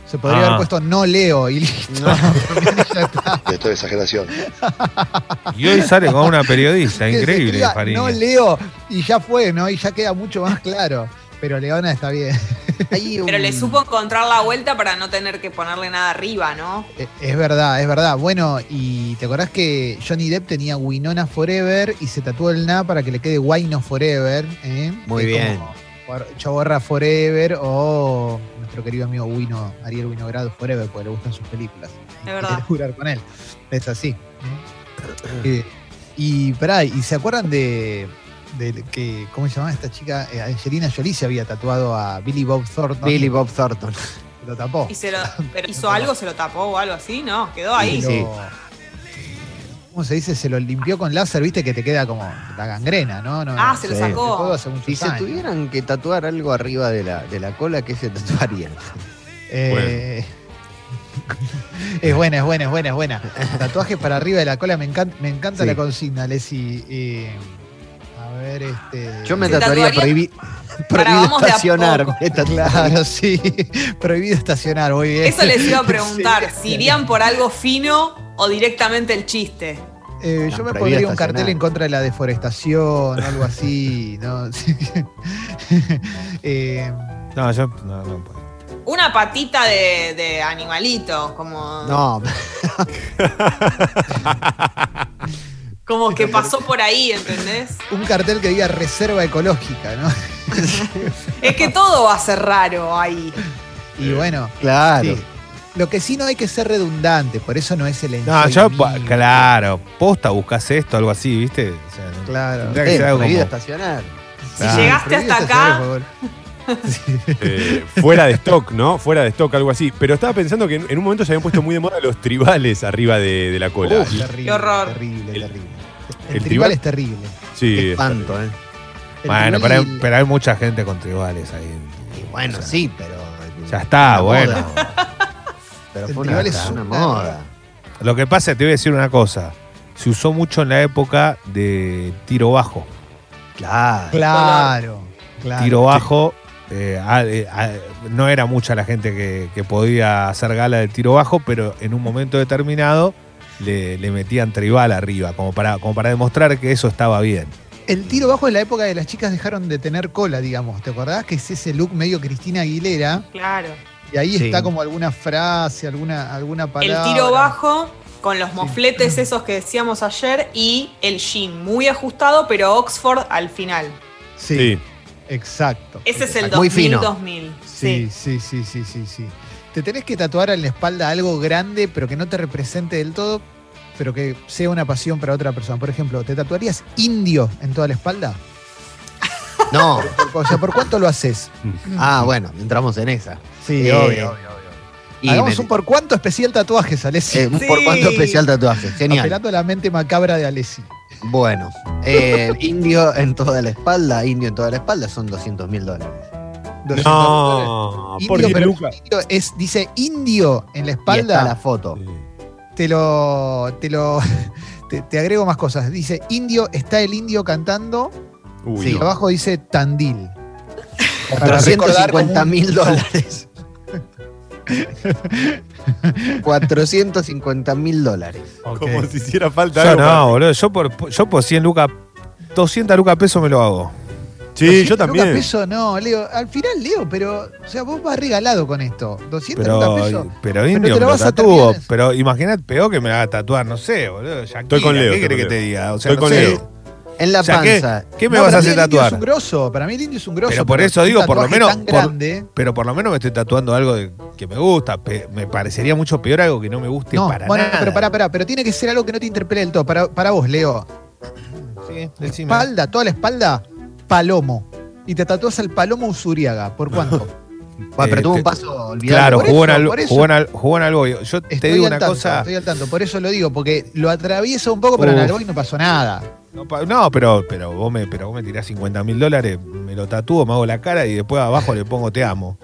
Speaker 2: Se podría
Speaker 5: Ah.
Speaker 2: haber puesto no leo y listo. Ya está.
Speaker 6: Esto es exageración.
Speaker 5: Y hoy sale con una periodista,
Speaker 2: Que se
Speaker 5: increíble,
Speaker 2: escriba
Speaker 5: Fariña.
Speaker 2: No leo y ya fue, ¿no? Y ya queda mucho más claro. Pero Leona está bien.
Speaker 4: Hay un-
Speaker 1: Pero
Speaker 2: Mm.
Speaker 1: le supo encontrar la vuelta para no tener que ponerle nada arriba, ¿no?
Speaker 2: Eh, Es verdad, es verdad. Bueno, y te acordás que Johnny Depp tenía Winona Forever y se tatuó el na para que le quede Wino Forever. ¿eh?
Speaker 4: Muy
Speaker 2: Que es
Speaker 4: bien.
Speaker 2: como Chor- Chaborra Forever o nuestro querido amigo Wino, Ariel Winograd Forever, porque le gustan sus películas.
Speaker 1: Es verdad.
Speaker 2: Quiere jurar con él. Es así. ¿no? Eh, y pará, ¿y se acuerdan de, de que, ¿cómo se llamaba esta chica? Eh, Angelina Jolie se había tatuado a Billy Bob Thornton.
Speaker 4: Billy Bob Thornton.
Speaker 2: Lo tapó.
Speaker 1: Y se lo, pero hizo algo, se lo tapó o algo así, ¿no? Quedó ahí.
Speaker 4: Sí,
Speaker 2: Se
Speaker 4: sí.
Speaker 2: lo- ¿Cómo se dice? Se lo limpió con láser, viste que te queda como la gangrena, ¿no? No,
Speaker 1: Ah,
Speaker 2: no,
Speaker 1: se lo
Speaker 4: Sí.
Speaker 2: el juego
Speaker 1: sacó.
Speaker 2: hace muchos
Speaker 4: Si se
Speaker 2: años.
Speaker 4: tuvieran que tatuar algo arriba de la, de la cola, ¿qué se tatuarían?
Speaker 2: Eh, Es buena, es buena, es buena, es buena. Tatuajes para arriba de la cola, me encanta, me encanta
Speaker 4: Sí.
Speaker 2: la consigna, Lessi. Eh, a ver, este.
Speaker 4: Yo me
Speaker 1: ¿Se
Speaker 4: tatuaría
Speaker 1: tatuaría?
Speaker 4: prohibi- prohibido
Speaker 1: vamos de a
Speaker 4: estacionar.
Speaker 1: poco.
Speaker 4: me tatuaría.
Speaker 2: Claro, sí. Prohibido estacionar, muy bien.
Speaker 1: Eso les iba a preguntar, si irían por algo fino o directamente el chiste.
Speaker 2: Eh,
Speaker 4: Ah,
Speaker 2: yo me pondría
Speaker 4: prohibido
Speaker 2: un
Speaker 4: estacionar.
Speaker 2: cartel en contra de la deforestación, algo así, ¿no? Sí. Eh,
Speaker 5: No, yo no, no puedo.
Speaker 1: Una patita de, de animalito, como,
Speaker 4: No,
Speaker 1: como que pasó por ahí, ¿entendés?
Speaker 2: un cartel que diga reserva ecológica, ¿no?
Speaker 1: Es que todo va a ser raro ahí.
Speaker 2: Y bueno,
Speaker 4: claro.
Speaker 2: sí. Lo que sí no hay que ser redundante, por eso no es el
Speaker 5: No,
Speaker 2: enjoy
Speaker 5: yo,
Speaker 2: me.
Speaker 5: pa- claro, posta buscas esto, algo así, ¿viste? O sea, no-
Speaker 2: Claro.
Speaker 5: tendría que
Speaker 4: Eh,
Speaker 5: ser algo
Speaker 4: prohibido
Speaker 5: como-
Speaker 4: estacionar.
Speaker 1: Si
Speaker 5: Claro.
Speaker 1: llegaste hasta acá,
Speaker 3: Eh, fuera de stock, ¿no? Fuera de stock, algo así. Pero estaba pensando que en, en un momento se habían puesto muy de moda los tribales arriba de, de la cola.
Speaker 2: Uf, terrible,
Speaker 1: Qué horror.
Speaker 2: Terrible, terrible. El, tribal
Speaker 3: el tribal-
Speaker 2: es terrible.
Speaker 3: sí,
Speaker 4: Qué
Speaker 2: Ah,
Speaker 4: espanto, ¿eh?
Speaker 2: El
Speaker 5: Bueno,
Speaker 2: tribal
Speaker 5: pero
Speaker 2: y
Speaker 5: hay,
Speaker 2: el-
Speaker 5: pero hay mucha gente con tribales ahí.
Speaker 4: Y bueno,
Speaker 5: O sea,
Speaker 4: sí, pero.
Speaker 5: Ya está,
Speaker 4: una
Speaker 5: Ah, bueno.
Speaker 4: moda. Pero
Speaker 2: El
Speaker 4: fue una,
Speaker 2: tribal es
Speaker 4: una
Speaker 2: una-
Speaker 4: moda.
Speaker 5: Lo que pasa, te voy a decir una cosa. Se usó mucho en la época de tiro bajo.
Speaker 4: Claro.
Speaker 2: Claro, claro.
Speaker 5: Tiro bajo, eh, a- eh, a- no era mucha la gente que, que podía hacer gala del tiro bajo, pero en un momento determinado le, le metían tribal arriba, como para, como para demostrar que eso estaba bien.
Speaker 2: El tiro bajo es la época de las chicas dejaron de tener cola, digamos. ¿Te acordás que es ese look medio Cristina Aguilera?
Speaker 1: claro.
Speaker 2: Y ahí
Speaker 4: Sí.
Speaker 2: está como alguna frase, alguna, alguna
Speaker 1: El
Speaker 2: palabra.
Speaker 1: tiro bajo con los mofletes esos que decíamos ayer y el jean muy ajustado, pero Oxford al final.
Speaker 2: Sí,
Speaker 3: sí.
Speaker 2: exacto.
Speaker 1: Ese es el
Speaker 4: Muy
Speaker 1: 2000,
Speaker 4: fino.
Speaker 1: 2000.
Speaker 2: Sí,
Speaker 1: Sí.
Speaker 2: sí, sí, sí, sí, sí. Te tenés que tatuar en la espalda algo grande, pero que no te represente del todo, pero que sea una pasión para otra persona. Por ejemplo, ¿te tatuarías indio en toda la espalda?
Speaker 4: No.
Speaker 2: O sea, ¿por cuánto lo haces?
Speaker 4: Ah, bueno, entramos en esa.
Speaker 2: Sí,
Speaker 4: Eh,
Speaker 2: obvio, obvio, obvio. Hagamos
Speaker 4: me-
Speaker 2: un por cuánto especial tatuajes, Alessi.
Speaker 4: eh, un por
Speaker 1: Sí.
Speaker 4: cuánto especial tatuaje. Genial.
Speaker 2: apelando a la mente macabra de Alessi.
Speaker 4: Bueno, eh, indio en toda la espalda, indio en toda la espalda son 200 mil dólares.
Speaker 3: No,
Speaker 2: Indio,
Speaker 3: porque
Speaker 2: pero
Speaker 3: Luca.
Speaker 2: indio es, dice indio en la
Speaker 4: Y está la
Speaker 2: espalda.
Speaker 4: foto.
Speaker 2: Te lo. Te lo. Te, te agrego más cosas. Dice indio, está el indio cantando.
Speaker 3: Uy,
Speaker 4: Sí.
Speaker 2: Y
Speaker 3: no.
Speaker 2: abajo dice Tandil. Para recordar como
Speaker 4: 450
Speaker 2: un-
Speaker 4: mil dólares. 450 mil dólares.
Speaker 3: Como si hiciera falta
Speaker 5: Yo
Speaker 3: algo para-
Speaker 5: no, boludo. Yo por, yo por 100 lucas, 200 lucas pesos me lo hago.
Speaker 2: 200
Speaker 3: Sí, yo
Speaker 2: lucas
Speaker 3: también.
Speaker 2: pesos, no, Leo. Al final, Leo, pero. O sea, vos vas regalado con esto. 200
Speaker 5: Pero,
Speaker 2: lucas pesos.
Speaker 5: pero indio,
Speaker 2: te lo
Speaker 5: me lo
Speaker 2: vas a
Speaker 5: tatúo.
Speaker 2: terminar.
Speaker 5: Pero imaginate, peor que me haga tatuar, no sé, boludo. Shakira,
Speaker 3: Estoy con Leo,
Speaker 5: ¿Qué
Speaker 3: estoy
Speaker 5: querés que
Speaker 3: con
Speaker 5: te
Speaker 3: Leo.
Speaker 5: diga? O sea,
Speaker 3: Estoy
Speaker 5: no
Speaker 3: con
Speaker 5: sé.
Speaker 3: Leo.
Speaker 4: En la
Speaker 5: O sea,
Speaker 4: panza.
Speaker 5: ¿Qué me
Speaker 2: No,
Speaker 5: vas a
Speaker 2: para
Speaker 5: hacer
Speaker 2: mí el indio Es
Speaker 5: tatuar?
Speaker 2: un grosso. Para mí el indio es un grosso.
Speaker 5: Pero por eso
Speaker 2: un
Speaker 5: digo, por lo
Speaker 2: tatuaje
Speaker 5: menos,
Speaker 2: tan
Speaker 5: por-
Speaker 2: grande.
Speaker 5: Pero por lo menos me estoy tatuando algo de- que me gusta. Pe- me parecería mucho peor algo que no me guste
Speaker 2: No,
Speaker 5: para
Speaker 2: bueno,
Speaker 5: nada.
Speaker 2: pero pará, pará, pero tiene que ser algo que no te interpele del todo. Para, para vos, Leo,
Speaker 5: Sí, decime.
Speaker 2: espalda, toda la espalda, palomo. Y te tatúas el palomo usuriaga. ¿Por cuánto?
Speaker 4: Bueno, pero
Speaker 5: Eh,
Speaker 4: tuvo
Speaker 5: te-
Speaker 4: un paso olvidado.
Speaker 5: Claro,
Speaker 2: por
Speaker 5: jugó,
Speaker 2: eso,
Speaker 5: en algo,
Speaker 2: por eso.
Speaker 5: jugó en al- jugó en algo. Yo yo te
Speaker 2: Estoy
Speaker 5: digo
Speaker 2: al
Speaker 5: una
Speaker 2: tanto,
Speaker 5: cosa.
Speaker 2: Estoy al tanto, por eso lo digo, porque lo atraviesa un poco, pero
Speaker 5: Uf.
Speaker 2: en Alboy no pasó nada.
Speaker 5: No, pa- no, pero, pero, vos me, pero vos me tirás 50 mil dólares, me lo tatúo, me hago la cara y después abajo le pongo te amo.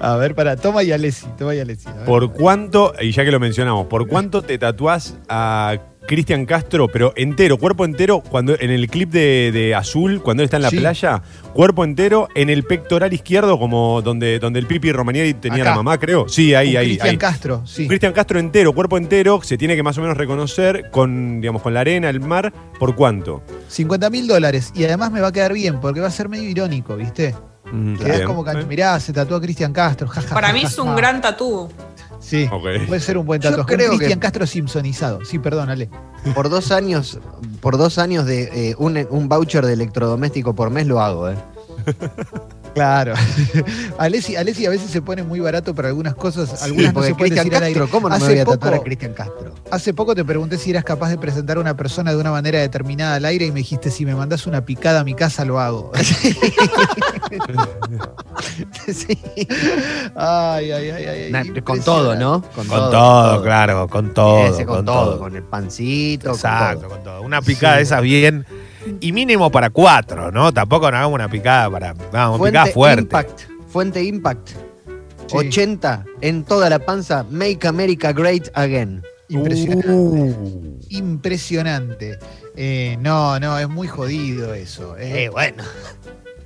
Speaker 2: A ver, para, toma y Alessi, toma y Alessi. a ver.
Speaker 3: ¿Por cuánto, y ya que lo mencionamos, por cuánto te tatuás a Cristian Castro, pero entero, cuerpo entero, cuando en el clip de, de Azul, cuando él está en la
Speaker 2: Sí.
Speaker 3: playa, cuerpo entero, en el pectoral izquierdo, como donde, donde el Pipi Romanieri tenía
Speaker 2: Acá.
Speaker 3: la mamá, creo? Sí, ahí,
Speaker 2: Con
Speaker 3: ahí.
Speaker 2: Cristian
Speaker 3: ahí.
Speaker 2: Castro, sí.
Speaker 3: Cristian Castro entero, cuerpo entero, se tiene que más o menos reconocer con, digamos, con la arena, el mar, ¿por cuánto?
Speaker 2: 50 mil dólares. Y además me va a quedar bien, porque va a ser medio irónico, ¿viste?
Speaker 3: Mm,
Speaker 2: Quedás
Speaker 3: bien.
Speaker 2: como que, mirá, se tatúa Cristian Castro. ja, ja,
Speaker 1: Para
Speaker 2: ja,
Speaker 1: mí
Speaker 2: ja,
Speaker 1: es
Speaker 2: ja.
Speaker 1: un gran tatú.
Speaker 2: Sí.
Speaker 3: Ok.
Speaker 2: Puede ser un buen
Speaker 4: Yo
Speaker 2: tatuaje.
Speaker 4: creo
Speaker 2: Un
Speaker 4: que-
Speaker 2: Cristian Castro Simpsonizado. Sí, perdón, Ale.
Speaker 4: Por dos años, por dos años de eh, un, un voucher de electrodoméstico por mes lo hago, ¿eh?
Speaker 2: Claro. Alessi, Alessi a veces se pone muy barato para algunas cosas. Algunas
Speaker 4: Sí,
Speaker 2: no
Speaker 4: porque
Speaker 2: se pueden
Speaker 4: Cristian
Speaker 2: decir al aire.
Speaker 4: Castro, ¿cómo no me
Speaker 2: Hace
Speaker 4: voy a tratar
Speaker 2: poco-
Speaker 4: a Cristian Castro?
Speaker 2: Hace poco te pregunté si eras capaz de presentar a una persona de una manera determinada al aire y me dijiste, si me mandas una picada a mi casa, lo hago.
Speaker 4: Sí.
Speaker 2: Ay, ay, ay, ay.
Speaker 4: Na-
Speaker 2: ay,
Speaker 4: Con todo, ¿no?
Speaker 5: Con todo, claro, con todo.
Speaker 4: Ese, con, todo, con el pancito,
Speaker 5: Exacto,
Speaker 4: con todo.
Speaker 5: con todo. Una picada de esas bien. Y mínimo para cuatro, ¿no? Tampoco nos hagamos una picada para. Vamos, picada fuerte.
Speaker 4: Impact, fuente Impact.
Speaker 2: Sí.
Speaker 4: 80 en toda la panza. Make America Great Again.
Speaker 2: Impresionante.
Speaker 3: Uh.
Speaker 4: Uh.
Speaker 2: Impresionante. Eh, no, no, es muy jodido eso. Eh,
Speaker 4: Eh, bueno.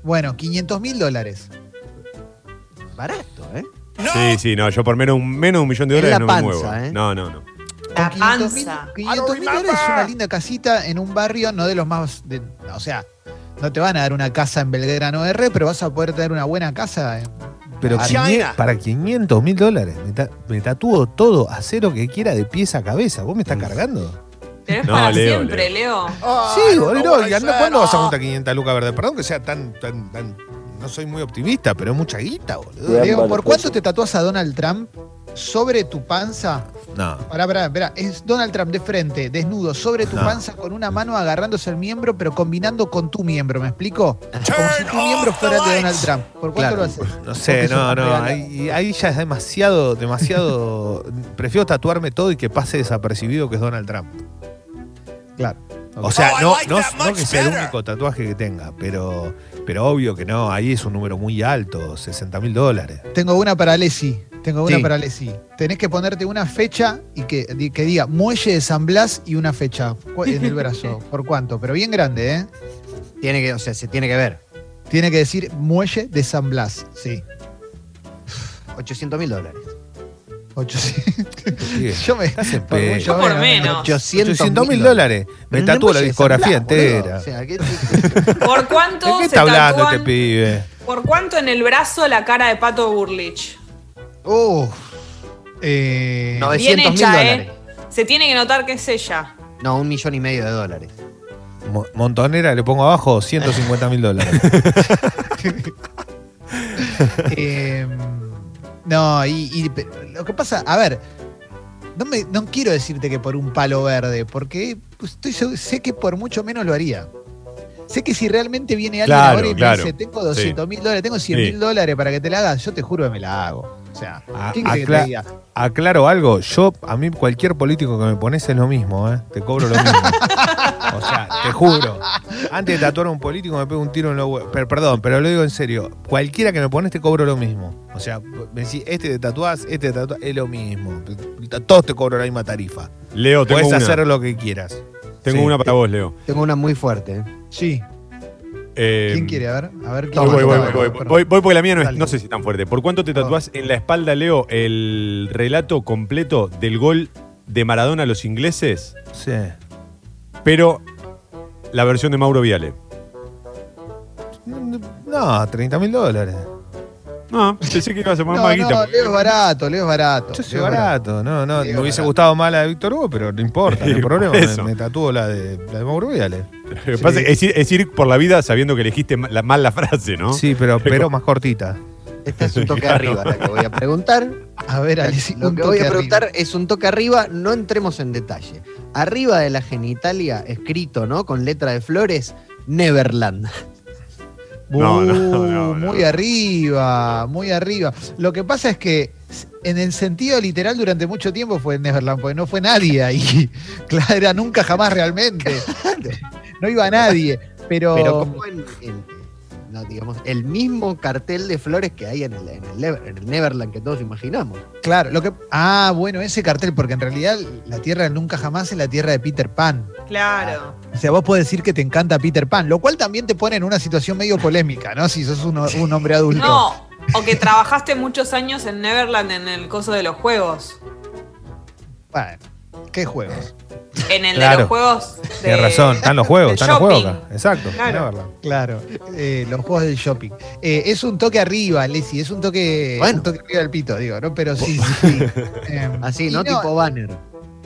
Speaker 2: bueno, 500 mil dólares.
Speaker 4: Barato, ¿eh?
Speaker 3: Sí, sí, no, yo por menos, un- menos de un millón de
Speaker 4: En
Speaker 3: dólares
Speaker 4: la
Speaker 3: no
Speaker 4: panza,
Speaker 3: me muevo.
Speaker 4: ¿eh?
Speaker 3: No, no, no.
Speaker 1: La
Speaker 2: 500 mil
Speaker 1: panza.
Speaker 2: dólares es una linda casita en un barrio, no de los más. de- o sea, no te van a dar una casa en Belgrano R, pero vas a poder tener una buena casa. en-
Speaker 5: Pero
Speaker 2: Ah,
Speaker 5: quinien-
Speaker 6: China.
Speaker 5: para 500 mil dólares. Me, ta- me tatúo todo a cero que quiera de pies a cabeza. ¿Vos me estás cargando?
Speaker 1: Tenés
Speaker 3: No,
Speaker 1: para
Speaker 3: Leo,
Speaker 1: siempre, Leo.
Speaker 5: sí, boludo. y anda- ¿Cuándo vas a juntar 500 lucas verdes? Perdón que sea tan, tan, tan. No soy muy optimista, pero es mucha guita, boludo.
Speaker 2: Leo, ¿por cuánto te tatúas a Donald Trump sobre tu panza?
Speaker 5: No.
Speaker 2: Pará, pará, pará. Es Donald Trump de frente, desnudo, sobre tu
Speaker 5: No.
Speaker 2: panza, con una mano agarrándose el miembro, pero combinando con tu miembro, ¿me explico? Como si tu miembro fuera de Donald Trump. ¿Por cuánto
Speaker 4: Claro.
Speaker 2: lo haces?
Speaker 5: No sé,
Speaker 2: Porque
Speaker 5: no,
Speaker 2: sos
Speaker 5: no.
Speaker 2: regalado.
Speaker 5: Ahí, ahí ya es demasiado, demasiado. prefiero tatuarme todo y que pase desapercibido que es Donald Trump.
Speaker 2: Claro.
Speaker 5: O sea,
Speaker 7: Oh, I
Speaker 5: no,
Speaker 7: like
Speaker 5: no,
Speaker 7: that
Speaker 5: no
Speaker 7: much
Speaker 5: que sea el
Speaker 7: better.
Speaker 5: único tatuaje que tenga, pero, pero obvio que no, ahí es un número muy alto, 60 mil dólares.
Speaker 2: Tengo una para Lessi. Tengo una
Speaker 4: Sí.
Speaker 2: para Lessi. Tenés que ponerte una fecha y que, di- que diga muelle de San Blas y una fecha cu- en el brazo. ¿Por cuánto? Pero bien grande, ¿eh?
Speaker 4: Tiene que, o sea, se tiene que ver.
Speaker 2: Tiene que decir muelle de San Blas. Sí.
Speaker 4: 800 mil dólares.
Speaker 2: Ocho-
Speaker 5: Sí,
Speaker 2: Yo me.
Speaker 5: Estás en
Speaker 2: por
Speaker 3: Eh,
Speaker 5: pedo.
Speaker 2: mucho
Speaker 1: Yo por menos.
Speaker 5: 800 mil dólares. Me tatúo la discografía entera.
Speaker 4: O sea, ¿qué-
Speaker 1: ¿Por
Speaker 5: ¿De
Speaker 1: cuánto
Speaker 5: qué
Speaker 1: se
Speaker 5: está hablando
Speaker 1: tatúan-
Speaker 5: este pibe?
Speaker 1: ¿Por cuánto en el brazo la cara de Pato Burlich?
Speaker 2: Uf. Eh,
Speaker 4: 900 mil
Speaker 1: hecha,
Speaker 4: dólares.
Speaker 1: ¿eh? Se tiene que notar que es ella.
Speaker 4: No, un millón y medio de dólares.
Speaker 5: Mo- Montonera, le pongo abajo 150 mil dólares.
Speaker 2: Eh, no, y, y- pero lo que pasa, a ver, no, me- no quiero decirte que por un palo verde, porque estoy, seguro- sé que por mucho menos lo haría. Sé que si realmente viene alguien
Speaker 3: Claro,
Speaker 2: ahora y
Speaker 3: claro.
Speaker 2: me dice, tengo 200 mil dólares, tengo 100 mil
Speaker 3: Sí.
Speaker 2: dólares para que te la hagas, yo te juro que me la hago. O sea,
Speaker 3: Ah,
Speaker 5: A-
Speaker 2: ¿qué querés que
Speaker 5: acla-
Speaker 2: te diga?
Speaker 5: Aclaro algo, yo, a mí cualquier político que me pones es lo mismo, ¿eh? te cobro lo mismo. O sea, te juro. Antes de tatuar a un político me pego un tiro en los huevos. Pero, perdón, pero lo digo en serio. Cualquiera que me pones te cobro lo mismo. O sea, me decís, este te tatuás, este te tatuás, es lo mismo. Todos te cobro la misma tarifa.
Speaker 3: Leo, tengo
Speaker 5: Puedes
Speaker 3: una.
Speaker 5: hacer lo que quieras.
Speaker 3: Tengo
Speaker 5: Sí.
Speaker 3: una para vos, Leo.
Speaker 4: Tengo una muy fuerte. ¿eh?
Speaker 2: Sí,
Speaker 3: Eh,
Speaker 2: ¿quién quiere? A ver, a ver.
Speaker 3: Voy,
Speaker 2: ¿quién
Speaker 3: voy,
Speaker 2: quiere?
Speaker 3: voy,
Speaker 2: A ver,
Speaker 3: voy, voy,
Speaker 2: perdón.
Speaker 3: voy, voy, porque la mía no, es,
Speaker 2: Dale.
Speaker 3: no sé si tan fuerte. ¿Por cuánto te tatuás en la espalda, Leo, el relato completo del gol de Maradona a los ingleses,
Speaker 5: Sí.
Speaker 3: pero la versión de Mauro Viale?
Speaker 5: No, 30 mil dólares.
Speaker 3: No, pensé que ibas a poner
Speaker 2: No,
Speaker 3: más
Speaker 2: no,
Speaker 3: guita.
Speaker 2: Leo es barato, Leo es barato.
Speaker 5: Yo soy
Speaker 2: Leo es
Speaker 5: barato, no, no.
Speaker 2: Sí,
Speaker 5: me hubiese
Speaker 2: barato.
Speaker 5: gustado más la de Víctor Hugo, pero no importa, no hay
Speaker 3: Sí, por
Speaker 5: problema. Me,
Speaker 3: eso.
Speaker 5: me tatúo la de, la de Mauro Viale.
Speaker 3: Lo que pasa es, ir, es ir por la vida sabiendo que elegiste ma- la- mal la frase, ¿no?
Speaker 5: Sí, pero, pero más cortita.
Speaker 4: Esta Este es un toque arriba la que voy a preguntar.
Speaker 2: A ver, Alexis,
Speaker 4: Lo
Speaker 2: un
Speaker 4: que voy
Speaker 2: toque
Speaker 4: a
Speaker 2: arriba.
Speaker 4: preguntar es un toque arriba, no entremos en detalle. Arriba de la genitalia, escrito, ¿no? Con letra de flores, Neverland.
Speaker 3: No, no,
Speaker 2: Uh,
Speaker 3: no, no.
Speaker 2: muy arriba, muy arriba. Lo que pasa es que s- en el sentido literal durante mucho tiempo fue Neverland, porque no fue nadie ahí. Claro, era nunca jamás realmente. No iba nadie. Pero,
Speaker 4: Pero como en, en- no, digamos, el mismo cartel de flores que hay en el, en el Never- en el Neverland que todos imaginamos.
Speaker 2: claro, lo que. Ah, bueno, ese cartel, porque en realidad la tierra del nunca jamás es la tierra de Peter Pan.
Speaker 1: Claro.
Speaker 5: Ah,
Speaker 2: O sea, vos podés decir que te encanta Peter Pan, lo cual también te pone en una situación medio polémica, ¿no? Si sos un, un hombre adulto.
Speaker 1: No, o que trabajaste muchos años en Neverland en el coso de los juegos.
Speaker 2: Bueno, ¿qué juegos?
Speaker 1: En el de
Speaker 5: Claro.
Speaker 1: los juegos. De...
Speaker 5: Tienes razón, están los juegos,
Speaker 1: de
Speaker 5: están los juegos acá.
Speaker 1: shopping.
Speaker 5: Exacto,
Speaker 1: Claro.
Speaker 5: Neverland.
Speaker 2: Claro, eh, los juegos del shopping. Eh, es un toque arriba, Lessi, es un toque,
Speaker 4: Bueno.
Speaker 2: un toque arriba del pito, digo, ¿no? Pero sí, sí, sí. Eh,
Speaker 4: Así,
Speaker 2: y
Speaker 4: ¿no? Tipo banner.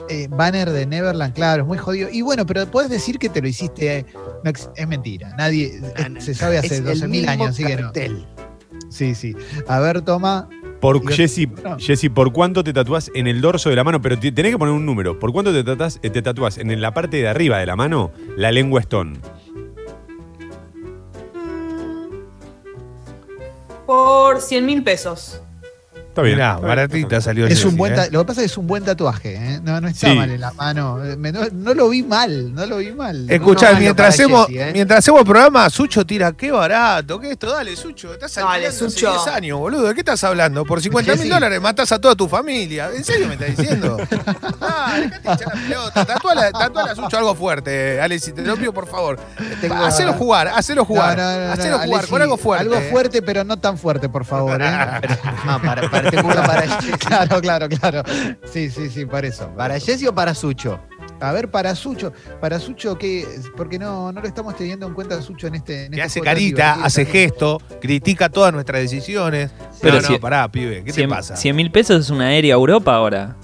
Speaker 2: eh, banner de Neverland, claro, es muy jodido. Y bueno, pero puedes decir que te lo hiciste. eh, no ex- es mentira, nadie eh,
Speaker 4: Ah, no,
Speaker 2: se sabe hace
Speaker 4: Es el
Speaker 2: 12.000
Speaker 4: mismo
Speaker 2: años, así que no.
Speaker 4: cartel.
Speaker 2: Sí, sí. A ver, toma.
Speaker 3: Por,
Speaker 2: Lo-
Speaker 3: Jessy,
Speaker 5: Ah.
Speaker 2: no.
Speaker 3: Jessy, ¿por cuánto te tatúas en el dorso de la mano? Pero ti- tenés que poner un número. ¿Por cuánto te, tatás- eh, te tatúas en la parte de arriba de la mano la lengua Stone?
Speaker 1: Por 100 mil pesos.
Speaker 3: Está bien.
Speaker 5: Mirá,
Speaker 3: Está bien.
Speaker 5: baratita salió
Speaker 2: Es un
Speaker 5: Jessy,
Speaker 2: buen
Speaker 5: ¿eh?
Speaker 2: ta- Lo que pasa es que es un buen tatuaje, ¿eh? No, no está
Speaker 3: Sí.
Speaker 2: mal en la mano. Eh, me- no, no lo vi mal, no lo vi mal.
Speaker 5: Escuchá,
Speaker 4: No, no,
Speaker 5: mientras,
Speaker 4: para
Speaker 5: hacemos,
Speaker 4: Jessy, ¿eh?
Speaker 5: mientras hacemos programa, Sucho tira, qué barato, qué esto, dale, Sucho, estás
Speaker 1: Dale,
Speaker 5: alquilando hace
Speaker 1: Sucho.
Speaker 5: 10 años, boludo, ¿de qué estás hablando? Por 50 mil
Speaker 2: Jessy.
Speaker 5: dólares matás a toda tu familia, ¿en serio me estás diciendo? ah, dejate echar la pelota, tatuala, tatuala a Sucho algo fuerte, Alexi, te lo pido por favor.
Speaker 4: Tengo-
Speaker 5: hacelo jugar, hacelo jugar,
Speaker 2: No, no, no, no,
Speaker 5: hacelo jugar
Speaker 2: Alexi,
Speaker 5: con algo fuerte.
Speaker 2: Algo fuerte, pero no tan fuerte, por favor. ¿eh?
Speaker 4: Ah, para, para, tengo uno para Jessy.
Speaker 2: claro, claro, claro. Sí, sí, sí, por eso.
Speaker 4: ¿Para Jessy o para Sucho?
Speaker 2: A ver, para Sucho. Para Sucho, ¿qué? Porque no, no lo estamos teniendo en cuenta a Sucho en este. En
Speaker 5: Que
Speaker 2: este
Speaker 5: hace
Speaker 2: juego tan
Speaker 5: carita,
Speaker 2: divertido.
Speaker 5: hace gesto, critica todas nuestras decisiones.
Speaker 7: Pero
Speaker 5: Pero no,
Speaker 7: si-
Speaker 5: pará, pibe, ¿qué te pasa?
Speaker 7: 100 mil pesos es una aérea a Europa ahora.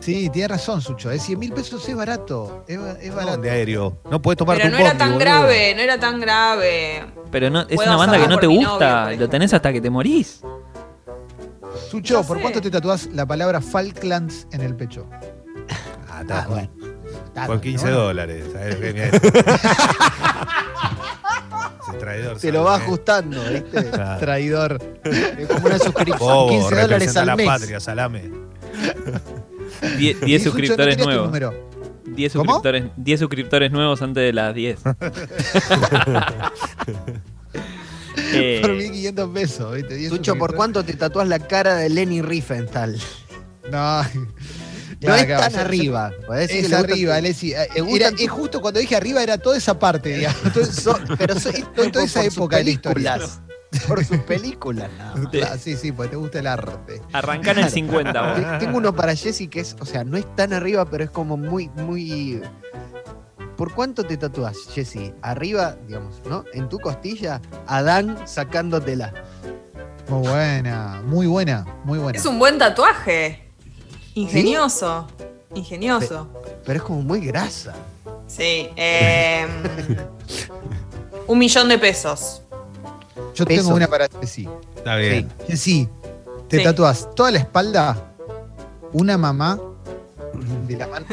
Speaker 2: Sí, tiene razón, Sucho. Es 100 mil pesos es barato. Es, ba- es barato.
Speaker 5: ¿Dónde aéreo? No puedes tomar
Speaker 1: Pero
Speaker 5: tu
Speaker 1: no era
Speaker 5: combi,
Speaker 1: tan
Speaker 5: boludo.
Speaker 1: grave, no era tan grave.
Speaker 7: Pero no, es
Speaker 1: Puedo
Speaker 7: una banda
Speaker 1: hacerlo
Speaker 7: que no
Speaker 1: por
Speaker 7: te
Speaker 1: mi novio,
Speaker 7: gusta,
Speaker 1: por ejemplo.
Speaker 7: lo tenés hasta que te morís.
Speaker 2: Sucho,
Speaker 1: Ya
Speaker 2: ¿por
Speaker 1: sé.
Speaker 2: cuánto te tatuás la palabra Falklands en el pecho?
Speaker 5: Ah, está.
Speaker 4: bueno. Está
Speaker 5: Por
Speaker 1: Ah,
Speaker 4: bueno.
Speaker 5: 15 dólares, ¿sabes lo que viene? Ese traidor. ¿eh?
Speaker 4: Se lo va ajustando, ¿viste?
Speaker 5: ajustar.
Speaker 2: Traidor.
Speaker 4: Es como una suscripción.
Speaker 5: Bobo,
Speaker 4: 15 dólares
Speaker 5: representa
Speaker 4: al
Speaker 5: la
Speaker 4: mes.
Speaker 5: patria, salame.
Speaker 2: Y,
Speaker 7: Die- 10
Speaker 2: Sucho, ¿no tenías
Speaker 7: suscriptores
Speaker 2: tu
Speaker 7: nuevos.
Speaker 2: número?
Speaker 7: 10
Speaker 2: ¿Cómo?
Speaker 7: suscriptores, 10 suscriptores nuevos antes de las 10. Eh,
Speaker 2: Por 1.500 pesos, ¿viste? Diez
Speaker 4: Sucho, ¿por
Speaker 2: suscriptores.
Speaker 4: cuánto te tatúas la cara de Lenny Riefenstahl?
Speaker 2: No.
Speaker 4: No es
Speaker 2: claro,
Speaker 4: tan
Speaker 2: yo- yo-
Speaker 4: arriba. Podés decir
Speaker 2: Es
Speaker 4: que le gusta-
Speaker 2: arriba, Alessi. Eh,
Speaker 4: le
Speaker 2: era-
Speaker 4: gustan-
Speaker 2: es justo cuando dije arriba era toda esa parte, digamos.
Speaker 4: Todo eso- pero soy
Speaker 2: Toda esa época de la historia.
Speaker 4: Por sus películas, nada más.
Speaker 7: te-
Speaker 2: Ah, sí, sí, porque te gusta el arte.
Speaker 7: arrancá en el 50, vos.
Speaker 4: Te- Tengo uno para Jessy que es, o sea, no es tan arriba, pero es como muy, muy. ¿Por cuánto te tatúas, Jessy? Arriba, digamos, ¿no? En tu costilla, Adán sacándotela.
Speaker 2: Muy buena, muy buena, muy buena.
Speaker 1: Es un buen tatuaje. Ingenioso. Ingenioso.
Speaker 4: Pero es como muy grasa.
Speaker 1: Sí. eh, un millón de pesos.
Speaker 2: Yo
Speaker 4: peso.
Speaker 2: tengo una para Jessy.
Speaker 5: Está bien.
Speaker 2: Jessy, te
Speaker 1: Sí.
Speaker 2: tatuás toda la espalda, una mamá de la mano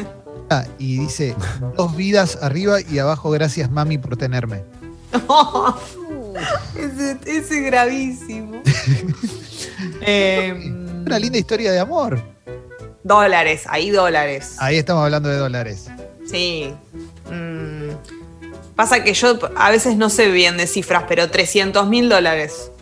Speaker 2: y dice dos vidas arriba y abajo, gracias mami por tenerme.
Speaker 1: ese, ese es gravísimo. Em,
Speaker 2: Una linda historia de amor.
Speaker 1: dólares, ahí dólares.
Speaker 2: Ahí estamos hablando de dólares.
Speaker 1: Sí. Mm, Pasa que yo a veces no sé bien de cifras, pero 300 mil dólares.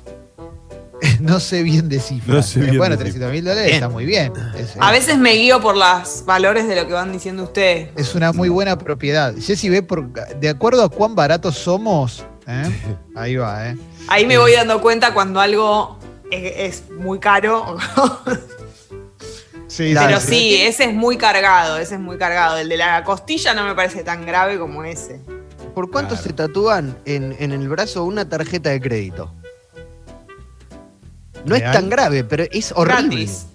Speaker 2: No sé bien de cifras. Eh,
Speaker 3: No sé bien
Speaker 2: bueno,
Speaker 3: de
Speaker 2: 300 mil dólares
Speaker 4: Bien.
Speaker 2: está muy bien. Es,
Speaker 1: A veces me guío por los valores de lo que van diciendo ustedes.
Speaker 2: es una muy buena propiedad. Jessy ve, por, de acuerdo a cuán baratos somos, ¿eh? ahí va, ¿eh?
Speaker 1: Ahí me voy dando cuenta cuando algo es, es muy caro.
Speaker 2: Sí,
Speaker 1: Pero
Speaker 4: Claro.
Speaker 1: sí, ese es muy cargado, ese es muy cargado. El de la costilla no me parece tan grave como ese.
Speaker 4: ¿Por cuánto
Speaker 5: Claro.
Speaker 4: se tatúan en, en el brazo una tarjeta de crédito? No es
Speaker 2: Real.
Speaker 4: tan grave, pero es horrible.
Speaker 1: Gratis.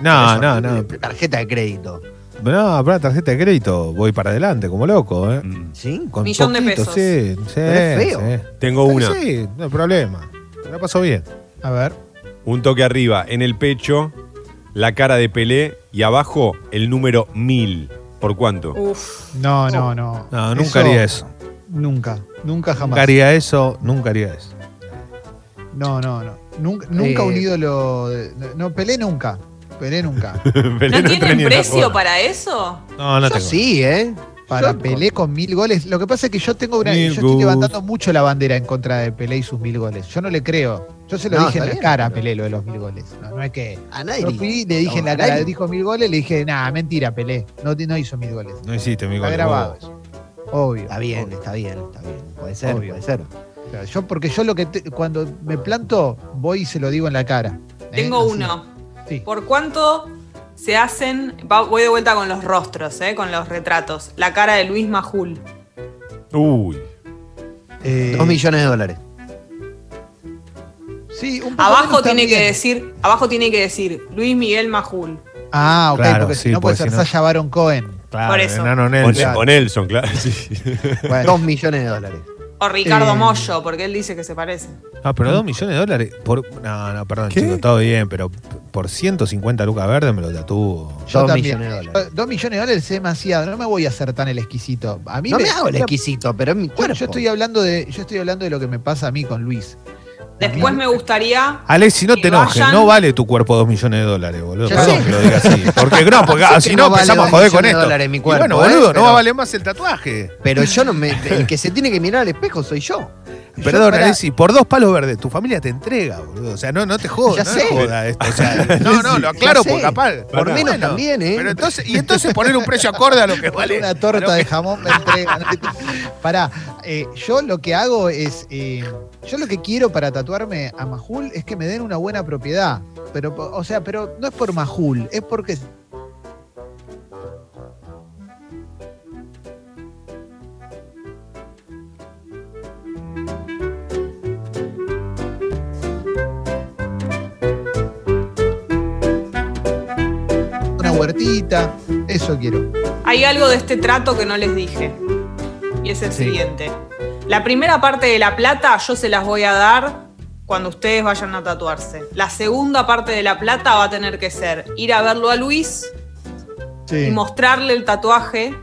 Speaker 5: No,
Speaker 4: Es
Speaker 5: no, no.
Speaker 4: horrible. Tarjeta de crédito.
Speaker 5: No, para tarjeta de crédito, voy para adelante como loco, ¿eh?
Speaker 3: Mm.
Speaker 4: ¿Sí?
Speaker 5: Con
Speaker 1: Millón de
Speaker 5: poquito,
Speaker 1: pesos.
Speaker 5: Sí, sí,
Speaker 4: Pero es feo.
Speaker 5: sí.
Speaker 3: Tengo una.
Speaker 5: Sí, no hay problema. Me la paso bien.
Speaker 2: A ver.
Speaker 3: Un toque arriba, en el pecho, la cara de Pelé y abajo el número 1000. ¿Por cuánto?
Speaker 1: Uf.
Speaker 2: No, no, no.
Speaker 5: No, nunca haría eso.
Speaker 2: Nunca, nunca jamás.
Speaker 5: Nunca haría eso, nunca haría eso.
Speaker 2: No, no, no. Nunca, nunca
Speaker 4: Eh.
Speaker 2: un ídolo. de- no, no, Pelé nunca. Pelé nunca.
Speaker 3: Pelé
Speaker 1: ¿No
Speaker 3: entra
Speaker 1: tienen
Speaker 3: ni en la
Speaker 1: precio
Speaker 3: joda.
Speaker 1: para eso?
Speaker 5: No, no
Speaker 4: Yo
Speaker 5: tengo.
Speaker 4: sí, ¿eh?
Speaker 2: Para
Speaker 4: Yo-
Speaker 2: Pelé con mil goles. Lo que pasa es que yo tengo una.
Speaker 3: Mil
Speaker 2: yo estoy
Speaker 3: goles.
Speaker 2: levantando mucho la bandera en contra de Pelé y sus mil goles. Yo no le creo. Yo se lo
Speaker 4: No,
Speaker 2: dije en
Speaker 4: está
Speaker 2: la
Speaker 4: bien,
Speaker 2: cara a
Speaker 4: pero-
Speaker 2: Pelé lo de los mil goles. No, no es que.
Speaker 4: A nadie.
Speaker 2: Yo fui, le dije en la
Speaker 4: No,
Speaker 2: cara,
Speaker 4: nadie.
Speaker 2: dijo mil goles, le dije, nada, mentira, Pelé. No, no hizo mil goles.
Speaker 5: No hiciste, mi
Speaker 2: Está
Speaker 5: gol,
Speaker 2: grabado
Speaker 5: vos.
Speaker 2: eso. Obvio.
Speaker 4: Está bien, está bien, está bien. Puede ser,
Speaker 2: Obvio.
Speaker 4: puede ser.
Speaker 2: O sea, yo, porque yo lo que te- cuando me planto, voy y se lo digo en la cara. ¿eh?
Speaker 1: Tengo
Speaker 2: Así.
Speaker 1: uno.
Speaker 2: Sí.
Speaker 1: ¿Por cuánto se hacen? va- voy de vuelta con los rostros, ¿eh? con los retratos. La cara de Luis Majul.
Speaker 4: Uh.
Speaker 3: Uy.
Speaker 2: Eh,
Speaker 4: Dos millones de dólares.
Speaker 2: Sí, un poco
Speaker 1: Abajo
Speaker 2: menos
Speaker 1: tiene que
Speaker 2: también.
Speaker 1: decir, abajo tiene que decir Luis Miguel Majul.
Speaker 2: Ah, ok,
Speaker 5: Claro,
Speaker 2: porque
Speaker 5: sí,
Speaker 2: si no
Speaker 5: porque
Speaker 2: puede
Speaker 5: si
Speaker 2: ser
Speaker 5: no-
Speaker 2: Sasha Baron Cohen.
Speaker 5: Claro,
Speaker 1: Por eso.
Speaker 5: enano
Speaker 3: O,
Speaker 5: Nelson.
Speaker 3: Ne- o Nelson, claro. sí.
Speaker 2: Bueno,
Speaker 4: Dos millones de dólares.
Speaker 1: O Ricardo
Speaker 2: Eh.
Speaker 1: Mollo, porque él dice que se parece.
Speaker 5: Ah, pero 2 millones de dólares. Por, no, no, perdón,
Speaker 3: ¿Qué?
Speaker 5: chicos, todo bien, pero por 150 lucas verdes me lo tatúo.
Speaker 2: Yo
Speaker 4: Dos
Speaker 2: también.
Speaker 4: millones de
Speaker 2: Yo-
Speaker 4: dólares.
Speaker 2: Dos millones de dólares es demasiado. No me voy a hacer tan el exquisito. A mí
Speaker 4: No
Speaker 2: me,
Speaker 4: me hago el
Speaker 2: yo-
Speaker 4: exquisito, pero es mi
Speaker 2: Yo,
Speaker 4: cuerpo.
Speaker 2: yo estoy hablando de, yo estoy hablando de lo que me pasa a mí con Luis.
Speaker 1: Después me gustaría.
Speaker 5: Alexi, no
Speaker 1: Y
Speaker 5: te enojes,
Speaker 1: vayan-
Speaker 5: no vale tu cuerpo 2 millones de dólares, boludo.
Speaker 4: Ya
Speaker 5: Perdón
Speaker 4: sé.
Speaker 5: que lo diga así. Porque no, porque
Speaker 4: Yo sé
Speaker 5: ah, si
Speaker 4: que
Speaker 5: no
Speaker 4: no vale
Speaker 5: empezamos
Speaker 4: dos
Speaker 5: a joder con
Speaker 4: millones de
Speaker 5: esto.
Speaker 4: dólares mi
Speaker 5: Y
Speaker 4: cuerpo,
Speaker 5: bueno,
Speaker 4: ¿eh?
Speaker 5: boludo, no
Speaker 4: Pero-
Speaker 5: va a valer más el tatuaje.
Speaker 4: Pero yo no me. El que se tiene que mirar al espejo soy yo.
Speaker 5: Perdón,
Speaker 2: pará.
Speaker 5: Alexi, por dos palos verdes, tu familia te entrega, boludo. O sea, no, no te
Speaker 4: Ya
Speaker 5: jodas, no
Speaker 4: sé.
Speaker 5: joda esto. o sea, no, no, lo
Speaker 4: Ya
Speaker 5: aclaro
Speaker 4: sé.
Speaker 5: por capaz.
Speaker 4: Por
Speaker 5: Bueno,
Speaker 4: menos también, ¿eh?
Speaker 5: Pero entonces, y entonces poner un precio acorde a lo que vale.
Speaker 2: Una torta de jamón me entregan. Pará, eh, yo lo que hago es. eh, yo lo que quiero para tatuarme a Majul es que me den una buena propiedad. Pero, po- o sea, pero no es por Majul, es porque. Una huertita, eso quiero.
Speaker 1: Hay algo de este trato que no les dije. Y es el
Speaker 2: Sí.
Speaker 1: siguiente. La primera parte de la plata yo se las voy a dar cuando ustedes vayan a tatuarse. La segunda parte de la plata va a tener que ser ir a verlo a Luis y
Speaker 2: Sí.
Speaker 1: mostrarle el tatuaje,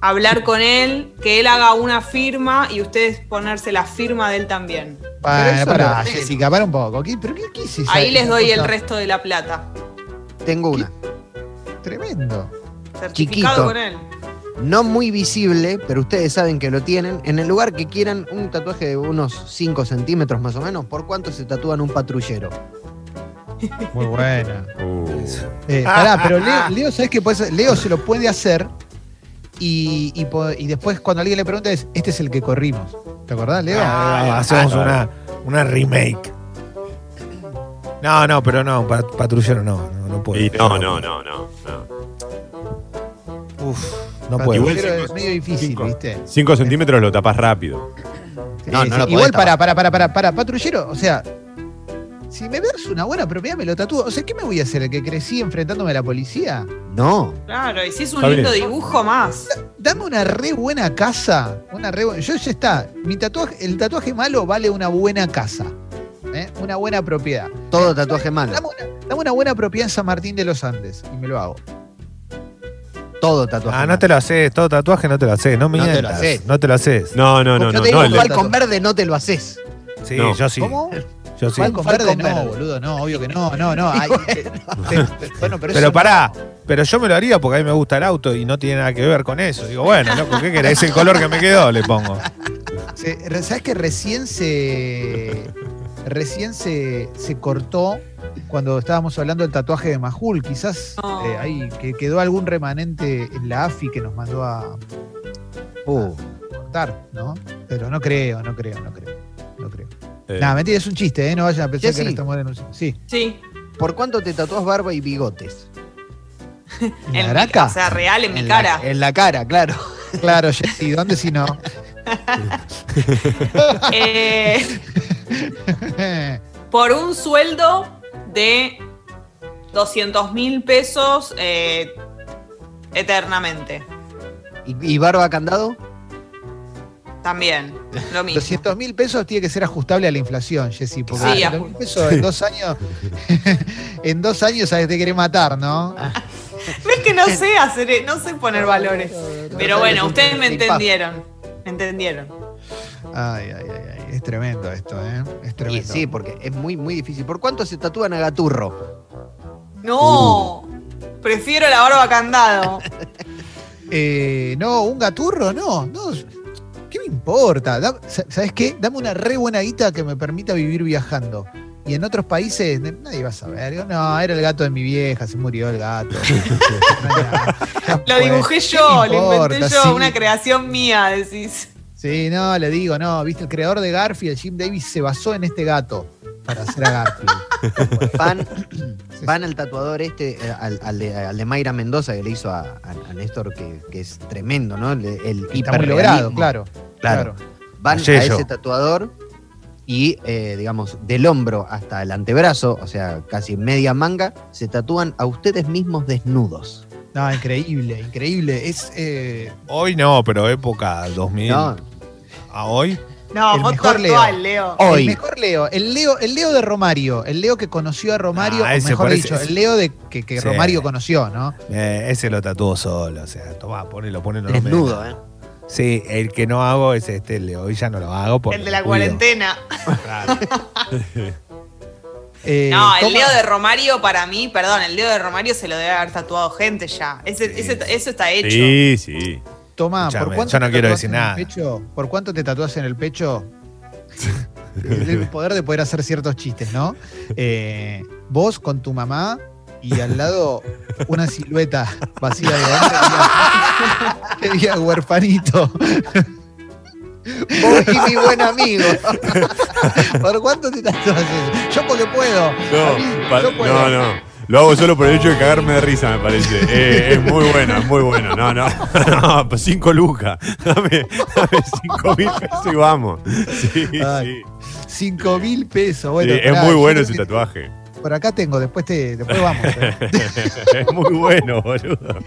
Speaker 1: hablar con él, que él haga una firma y ustedes ponerse la firma de él también.
Speaker 4: Pero
Speaker 2: Para,
Speaker 4: eso
Speaker 2: para,
Speaker 4: lo-
Speaker 2: Jessica, para un poco. ¿Qué- ¿Pero qué, qué es esa-
Speaker 1: Ahí les
Speaker 2: esa
Speaker 1: doy el
Speaker 2: cosa?
Speaker 1: resto de la plata.
Speaker 4: Tengo una.
Speaker 2: Tremendo.
Speaker 1: Certificado
Speaker 4: Chiquito.
Speaker 1: con él.
Speaker 4: No muy visible, pero ustedes saben que lo tienen. En el lugar que quieran, un tatuaje de unos 5 centímetros más o menos. ¿Por cuánto se tatúan un patrullero?
Speaker 2: Muy buena.
Speaker 3: Uh.
Speaker 2: Eh, pará, pero Leo, Leo, ¿sabes qué puede ser? Leo se lo puede hacer y, y po- y después cuando alguien le pregunta es, este es el que corrimos. ¿Te acordás, Leo?
Speaker 5: Ah, hacemos una, una remake. No, no, pero no, pa- patrullero no, no, no puedo.
Speaker 3: Y no, no, no, no. no.
Speaker 5: Uf, no
Speaker 2: Pero
Speaker 5: puedo.
Speaker 3: Igual
Speaker 2: pero ah, es
Speaker 3: cinco-
Speaker 2: medio difícil,
Speaker 3: cinco.
Speaker 2: ¿viste?
Speaker 3: 5 centímetros lo tapas rápido.
Speaker 4: No,
Speaker 2: Eh,
Speaker 4: no
Speaker 2: sí,
Speaker 4: lo podés
Speaker 2: igual para,
Speaker 4: tapar.
Speaker 2: para, para, para, para, patrullero, o sea, si me das una buena propiedad me lo tatúo. O sea, ¿qué me voy a hacer? ¿El que crecí enfrentándome a la policía?
Speaker 4: No.
Speaker 1: Claro, y si es un
Speaker 3: Está bien.
Speaker 1: lindo dibujo más.
Speaker 2: Dame una re buena casa. Una re bu- Yo ya está. Mi tatuaje, el tatuaje malo vale una buena casa. ¿eh? Una buena propiedad.
Speaker 4: Todo tatuaje malo.
Speaker 2: Dame una, dame una buena propiedad en San Martín de los Andes y me lo hago.
Speaker 4: Todo tatuaje
Speaker 5: Ah,
Speaker 4: malo.
Speaker 5: no te lo haces, todo tatuaje no te lo haces, no me
Speaker 4: No te lo
Speaker 5: mientas,
Speaker 4: haces.
Speaker 5: No te lo haces.
Speaker 3: No, no,
Speaker 4: Yo
Speaker 3: no, no.
Speaker 4: te
Speaker 3: no,
Speaker 4: digo,
Speaker 3: el-
Speaker 4: cual con verde no te lo haces.
Speaker 5: Sí,
Speaker 3: No.
Speaker 5: yo sí.
Speaker 2: ¿Cómo?
Speaker 5: Yo sí.
Speaker 2: Falcon
Speaker 4: Falcon
Speaker 2: Verde no,
Speaker 4: Verde.
Speaker 2: boludo, no, obvio que no, no, no. ay, te- te- bueno, pero,
Speaker 5: Pero
Speaker 2: eso
Speaker 5: pará, pero yo me lo haría porque a mí me gusta el auto y no tiene nada que ver con eso. Digo, bueno, loco, ¿qué querés? Es el color que me quedó, le pongo.
Speaker 2: no. Se- re- ¿Sabes que recién se. Recién se, se cortó cuando estábamos hablando del tatuaje de Majul. Quizás
Speaker 1: No.
Speaker 2: eh, ahí que quedó algún remanente en la AFI que nos mandó a
Speaker 4: Uh,
Speaker 2: cortar, ¿no? Pero no creo, no creo, no creo. No creo.
Speaker 3: eh,
Speaker 2: Nada, mentira, es un chiste, ¿eh? No vayan a pensar
Speaker 4: Jessy.
Speaker 2: que ahora estamos denunciando. Sí.
Speaker 1: Sí.
Speaker 4: ¿Por cuánto te tatúas barba y bigotes?
Speaker 2: ¿En
Speaker 1: En mi-
Speaker 2: Araca?
Speaker 1: o sea, real en, mi
Speaker 4: la-
Speaker 1: cara.
Speaker 4: en la cara, claro.
Speaker 2: Claro, Jessy, ¿dónde si no?
Speaker 1: Eh, por un sueldo de 200 mil pesos eh, eternamente.
Speaker 4: ¿Y, y barba candado?
Speaker 1: También. Lo mismo.
Speaker 2: 200 mil pesos tiene que ser ajustable a la inflación, Jessy, porque
Speaker 1: Sí,
Speaker 2: 200 mil pesos en dos años, en dos años sabes, te querés matar, ¿no?
Speaker 1: No es que no sé hacer, no sé poner valores. Pero bueno, ustedes me entendieron. Me entendieron.
Speaker 2: Ay, ay, ay, ay, es tremendo esto, ¿eh? Es
Speaker 4: Y
Speaker 2: tremendo.
Speaker 4: sí, porque es muy, muy difícil. ¿Por cuánto se tatúan a Gaturro?
Speaker 1: No. Prefiero la barba candado.
Speaker 2: Eh, no, un gaturro, no, no. ¿Qué me importa? Da- sa- ¿Sabes qué? Dame una re buena guita que me permita vivir viajando. Y en otros países n- nadie va a saber. Digo, no, era el gato de mi vieja, se murió el gato. Ya
Speaker 1: Lo
Speaker 2: fue.
Speaker 1: dibujé yo,
Speaker 2: ¿Qué
Speaker 1: lo
Speaker 2: me
Speaker 1: inventé
Speaker 2: importa?
Speaker 1: yo,
Speaker 2: Sí.
Speaker 1: una creación mía, decís.
Speaker 2: Sí, no, le digo, no, viste, el creador de Garfield, Jim Davis, se basó en este gato para hacer a Garfield.
Speaker 4: Van,
Speaker 2: Sí, sí.
Speaker 4: van al tatuador este, eh, al, al de, al de Mayra Mendoza que le hizo a, a- a Néstor, que, que es tremendo, ¿no? El, el
Speaker 2: Está muy
Speaker 4: hiperrealismo.
Speaker 2: logrado, claro.
Speaker 4: Claro.
Speaker 2: Claro.
Speaker 4: Van a
Speaker 5: Yello.
Speaker 4: ese tatuador y, eh, digamos, del hombro hasta el antebrazo, o sea, casi media manga, se tatúan a ustedes mismos desnudos.
Speaker 2: No, increíble, increíble. Es. eh,
Speaker 5: Hoy no, pero época 2000.
Speaker 4: ¿no?
Speaker 5: ¿A hoy?
Speaker 1: No,
Speaker 2: El
Speaker 1: foto
Speaker 2: mejor Leo.
Speaker 1: actual, Leo.
Speaker 4: Hoy.
Speaker 2: El mejor Leo, el Leo, el Leo de Romario, el Leo que conoció a Romario,
Speaker 5: Ah,
Speaker 2: o
Speaker 5: ese
Speaker 2: mejor
Speaker 5: parece-
Speaker 2: dicho, el Leo de que, que
Speaker 5: Sí.
Speaker 2: Romario conoció, ¿no?
Speaker 5: Eh, ese lo tatuó solo, o sea, tomá, ponelo, ponelo. no me-
Speaker 4: Desnudo, ¿eh?
Speaker 5: Sí, el que no hago es este, el de hoy ya no lo hago. Porque
Speaker 1: El de la
Speaker 5: lo cuido.
Speaker 1: cuarentena.
Speaker 5: Claro.
Speaker 2: Eh,
Speaker 1: No, el
Speaker 2: ¿cómo?
Speaker 1: Leo de Romario para mí, perdón, el Leo de Romario se lo debe haber tatuado gente ya. Ese,
Speaker 5: Sí.
Speaker 1: ese- eso está hecho.
Speaker 3: Sí, sí.
Speaker 2: Tomá, ¿por
Speaker 5: Escuchame,
Speaker 2: cuánto
Speaker 5: yo no
Speaker 2: te
Speaker 5: quiero
Speaker 2: tatuás
Speaker 5: decir
Speaker 2: en el
Speaker 5: nada.
Speaker 2: pecho? ¿Por cuánto te tatuás en el pecho? el el poder de poder hacer ciertos chistes, ¿no? Eh, vos con tu mamá y al lado una silueta vacía de hombre que diga- que diga huerfanito.
Speaker 4: Vos y mi buen amigo.
Speaker 2: ¿Por cuánto te tatuás eso? Yo porque puedo. A mí,
Speaker 3: No, pa-
Speaker 2: yo puedo.
Speaker 3: no, no. Lo hago solo por el hecho de cagarme de risa, me parece. Eh, es muy bueno, es muy bueno. No, no. No, pues cinco lucas. Dame, dame cinco mil pesos y vamos. Sí,
Speaker 2: Ay,
Speaker 3: sí.
Speaker 2: 5 mil pesos. Bueno,
Speaker 3: Sí, es
Speaker 2: pará,
Speaker 3: muy
Speaker 2: yo
Speaker 3: bueno
Speaker 2: creo
Speaker 3: ese
Speaker 2: que
Speaker 3: tatuaje.
Speaker 2: Por acá tengo, después, te, después vamos. eh.
Speaker 3: Es muy bueno, boludo.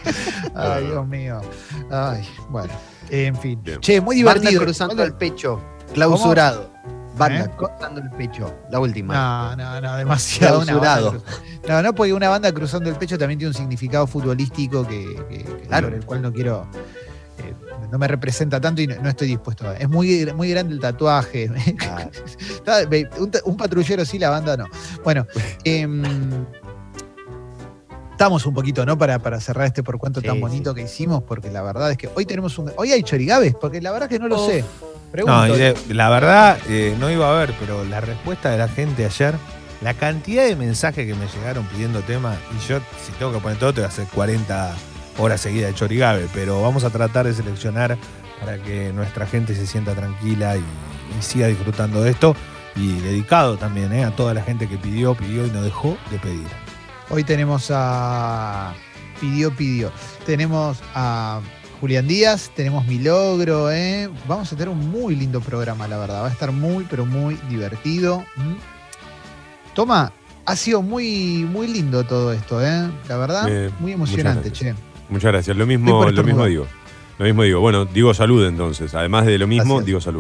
Speaker 2: Ay, Dios mío. Ay, bueno. En fin.
Speaker 3: Bien.
Speaker 2: Che, muy
Speaker 4: Banda
Speaker 2: divertido.
Speaker 4: cruzando el pecho. Clausurado. Banda
Speaker 2: ¿Eh?
Speaker 4: cruzando el pecho. La
Speaker 2: No,
Speaker 4: última.
Speaker 2: no, no, demasiado. una banda
Speaker 4: Clausurado.
Speaker 2: cruz- no, no, porque una banda cruzando el pecho también tiene un significado futbolístico que, que- que-
Speaker 4: Claro.
Speaker 2: sobre el cual no quiero. eh, No me representa tanto y no, no estoy dispuesto. a- Es muy, muy grande el tatuaje.
Speaker 4: Ah,
Speaker 2: Está- ve- un, ta- un patrullero sí, la banda no. Bueno, em, estamos un poquito, ¿no? Para, para cerrar este por cuanto
Speaker 4: Sí,
Speaker 2: tan bonito que hicimos, porque la verdad es que hoy tenemos un. Hoy hay chorigabes, porque la verdad que no lo
Speaker 1: Uf.
Speaker 2: sé. Pregunto.
Speaker 5: No, y de- la verdad, eh, no iba a haber, pero la respuesta de la gente ayer, la cantidad de mensajes que me llegaron pidiendo temas, y yo, si tengo que poner todo, te voy a hacer 40 horas seguidas de chorigabe, pero vamos a tratar de seleccionar para que nuestra gente se sienta tranquila y, y siga disfrutando de esto. Y dedicado también eh, a toda la gente que pidió, pidió y no dejó de pedir.
Speaker 2: Hoy tenemos a. Pidió, pidió. Tenemos a Julián Díaz, tenemos Milogro, ¿eh? Vamos a tener un muy lindo programa, la verdad. Va a estar muy, pero muy divertido. ¿m? Toma, ha sido muy, muy lindo todo esto, ¿eh? La verdad,
Speaker 3: Bien,
Speaker 2: muy emocionante,
Speaker 3: muchas
Speaker 2: che.
Speaker 3: Muchas gracias. Lo
Speaker 2: Estoy
Speaker 3: mismo,
Speaker 2: por
Speaker 3: lo mismo
Speaker 2: estornudar.
Speaker 3: digo. Lo mismo digo. Bueno, digo salud entonces. Además de lo mismo,
Speaker 2: Gracias.
Speaker 3: digo salud.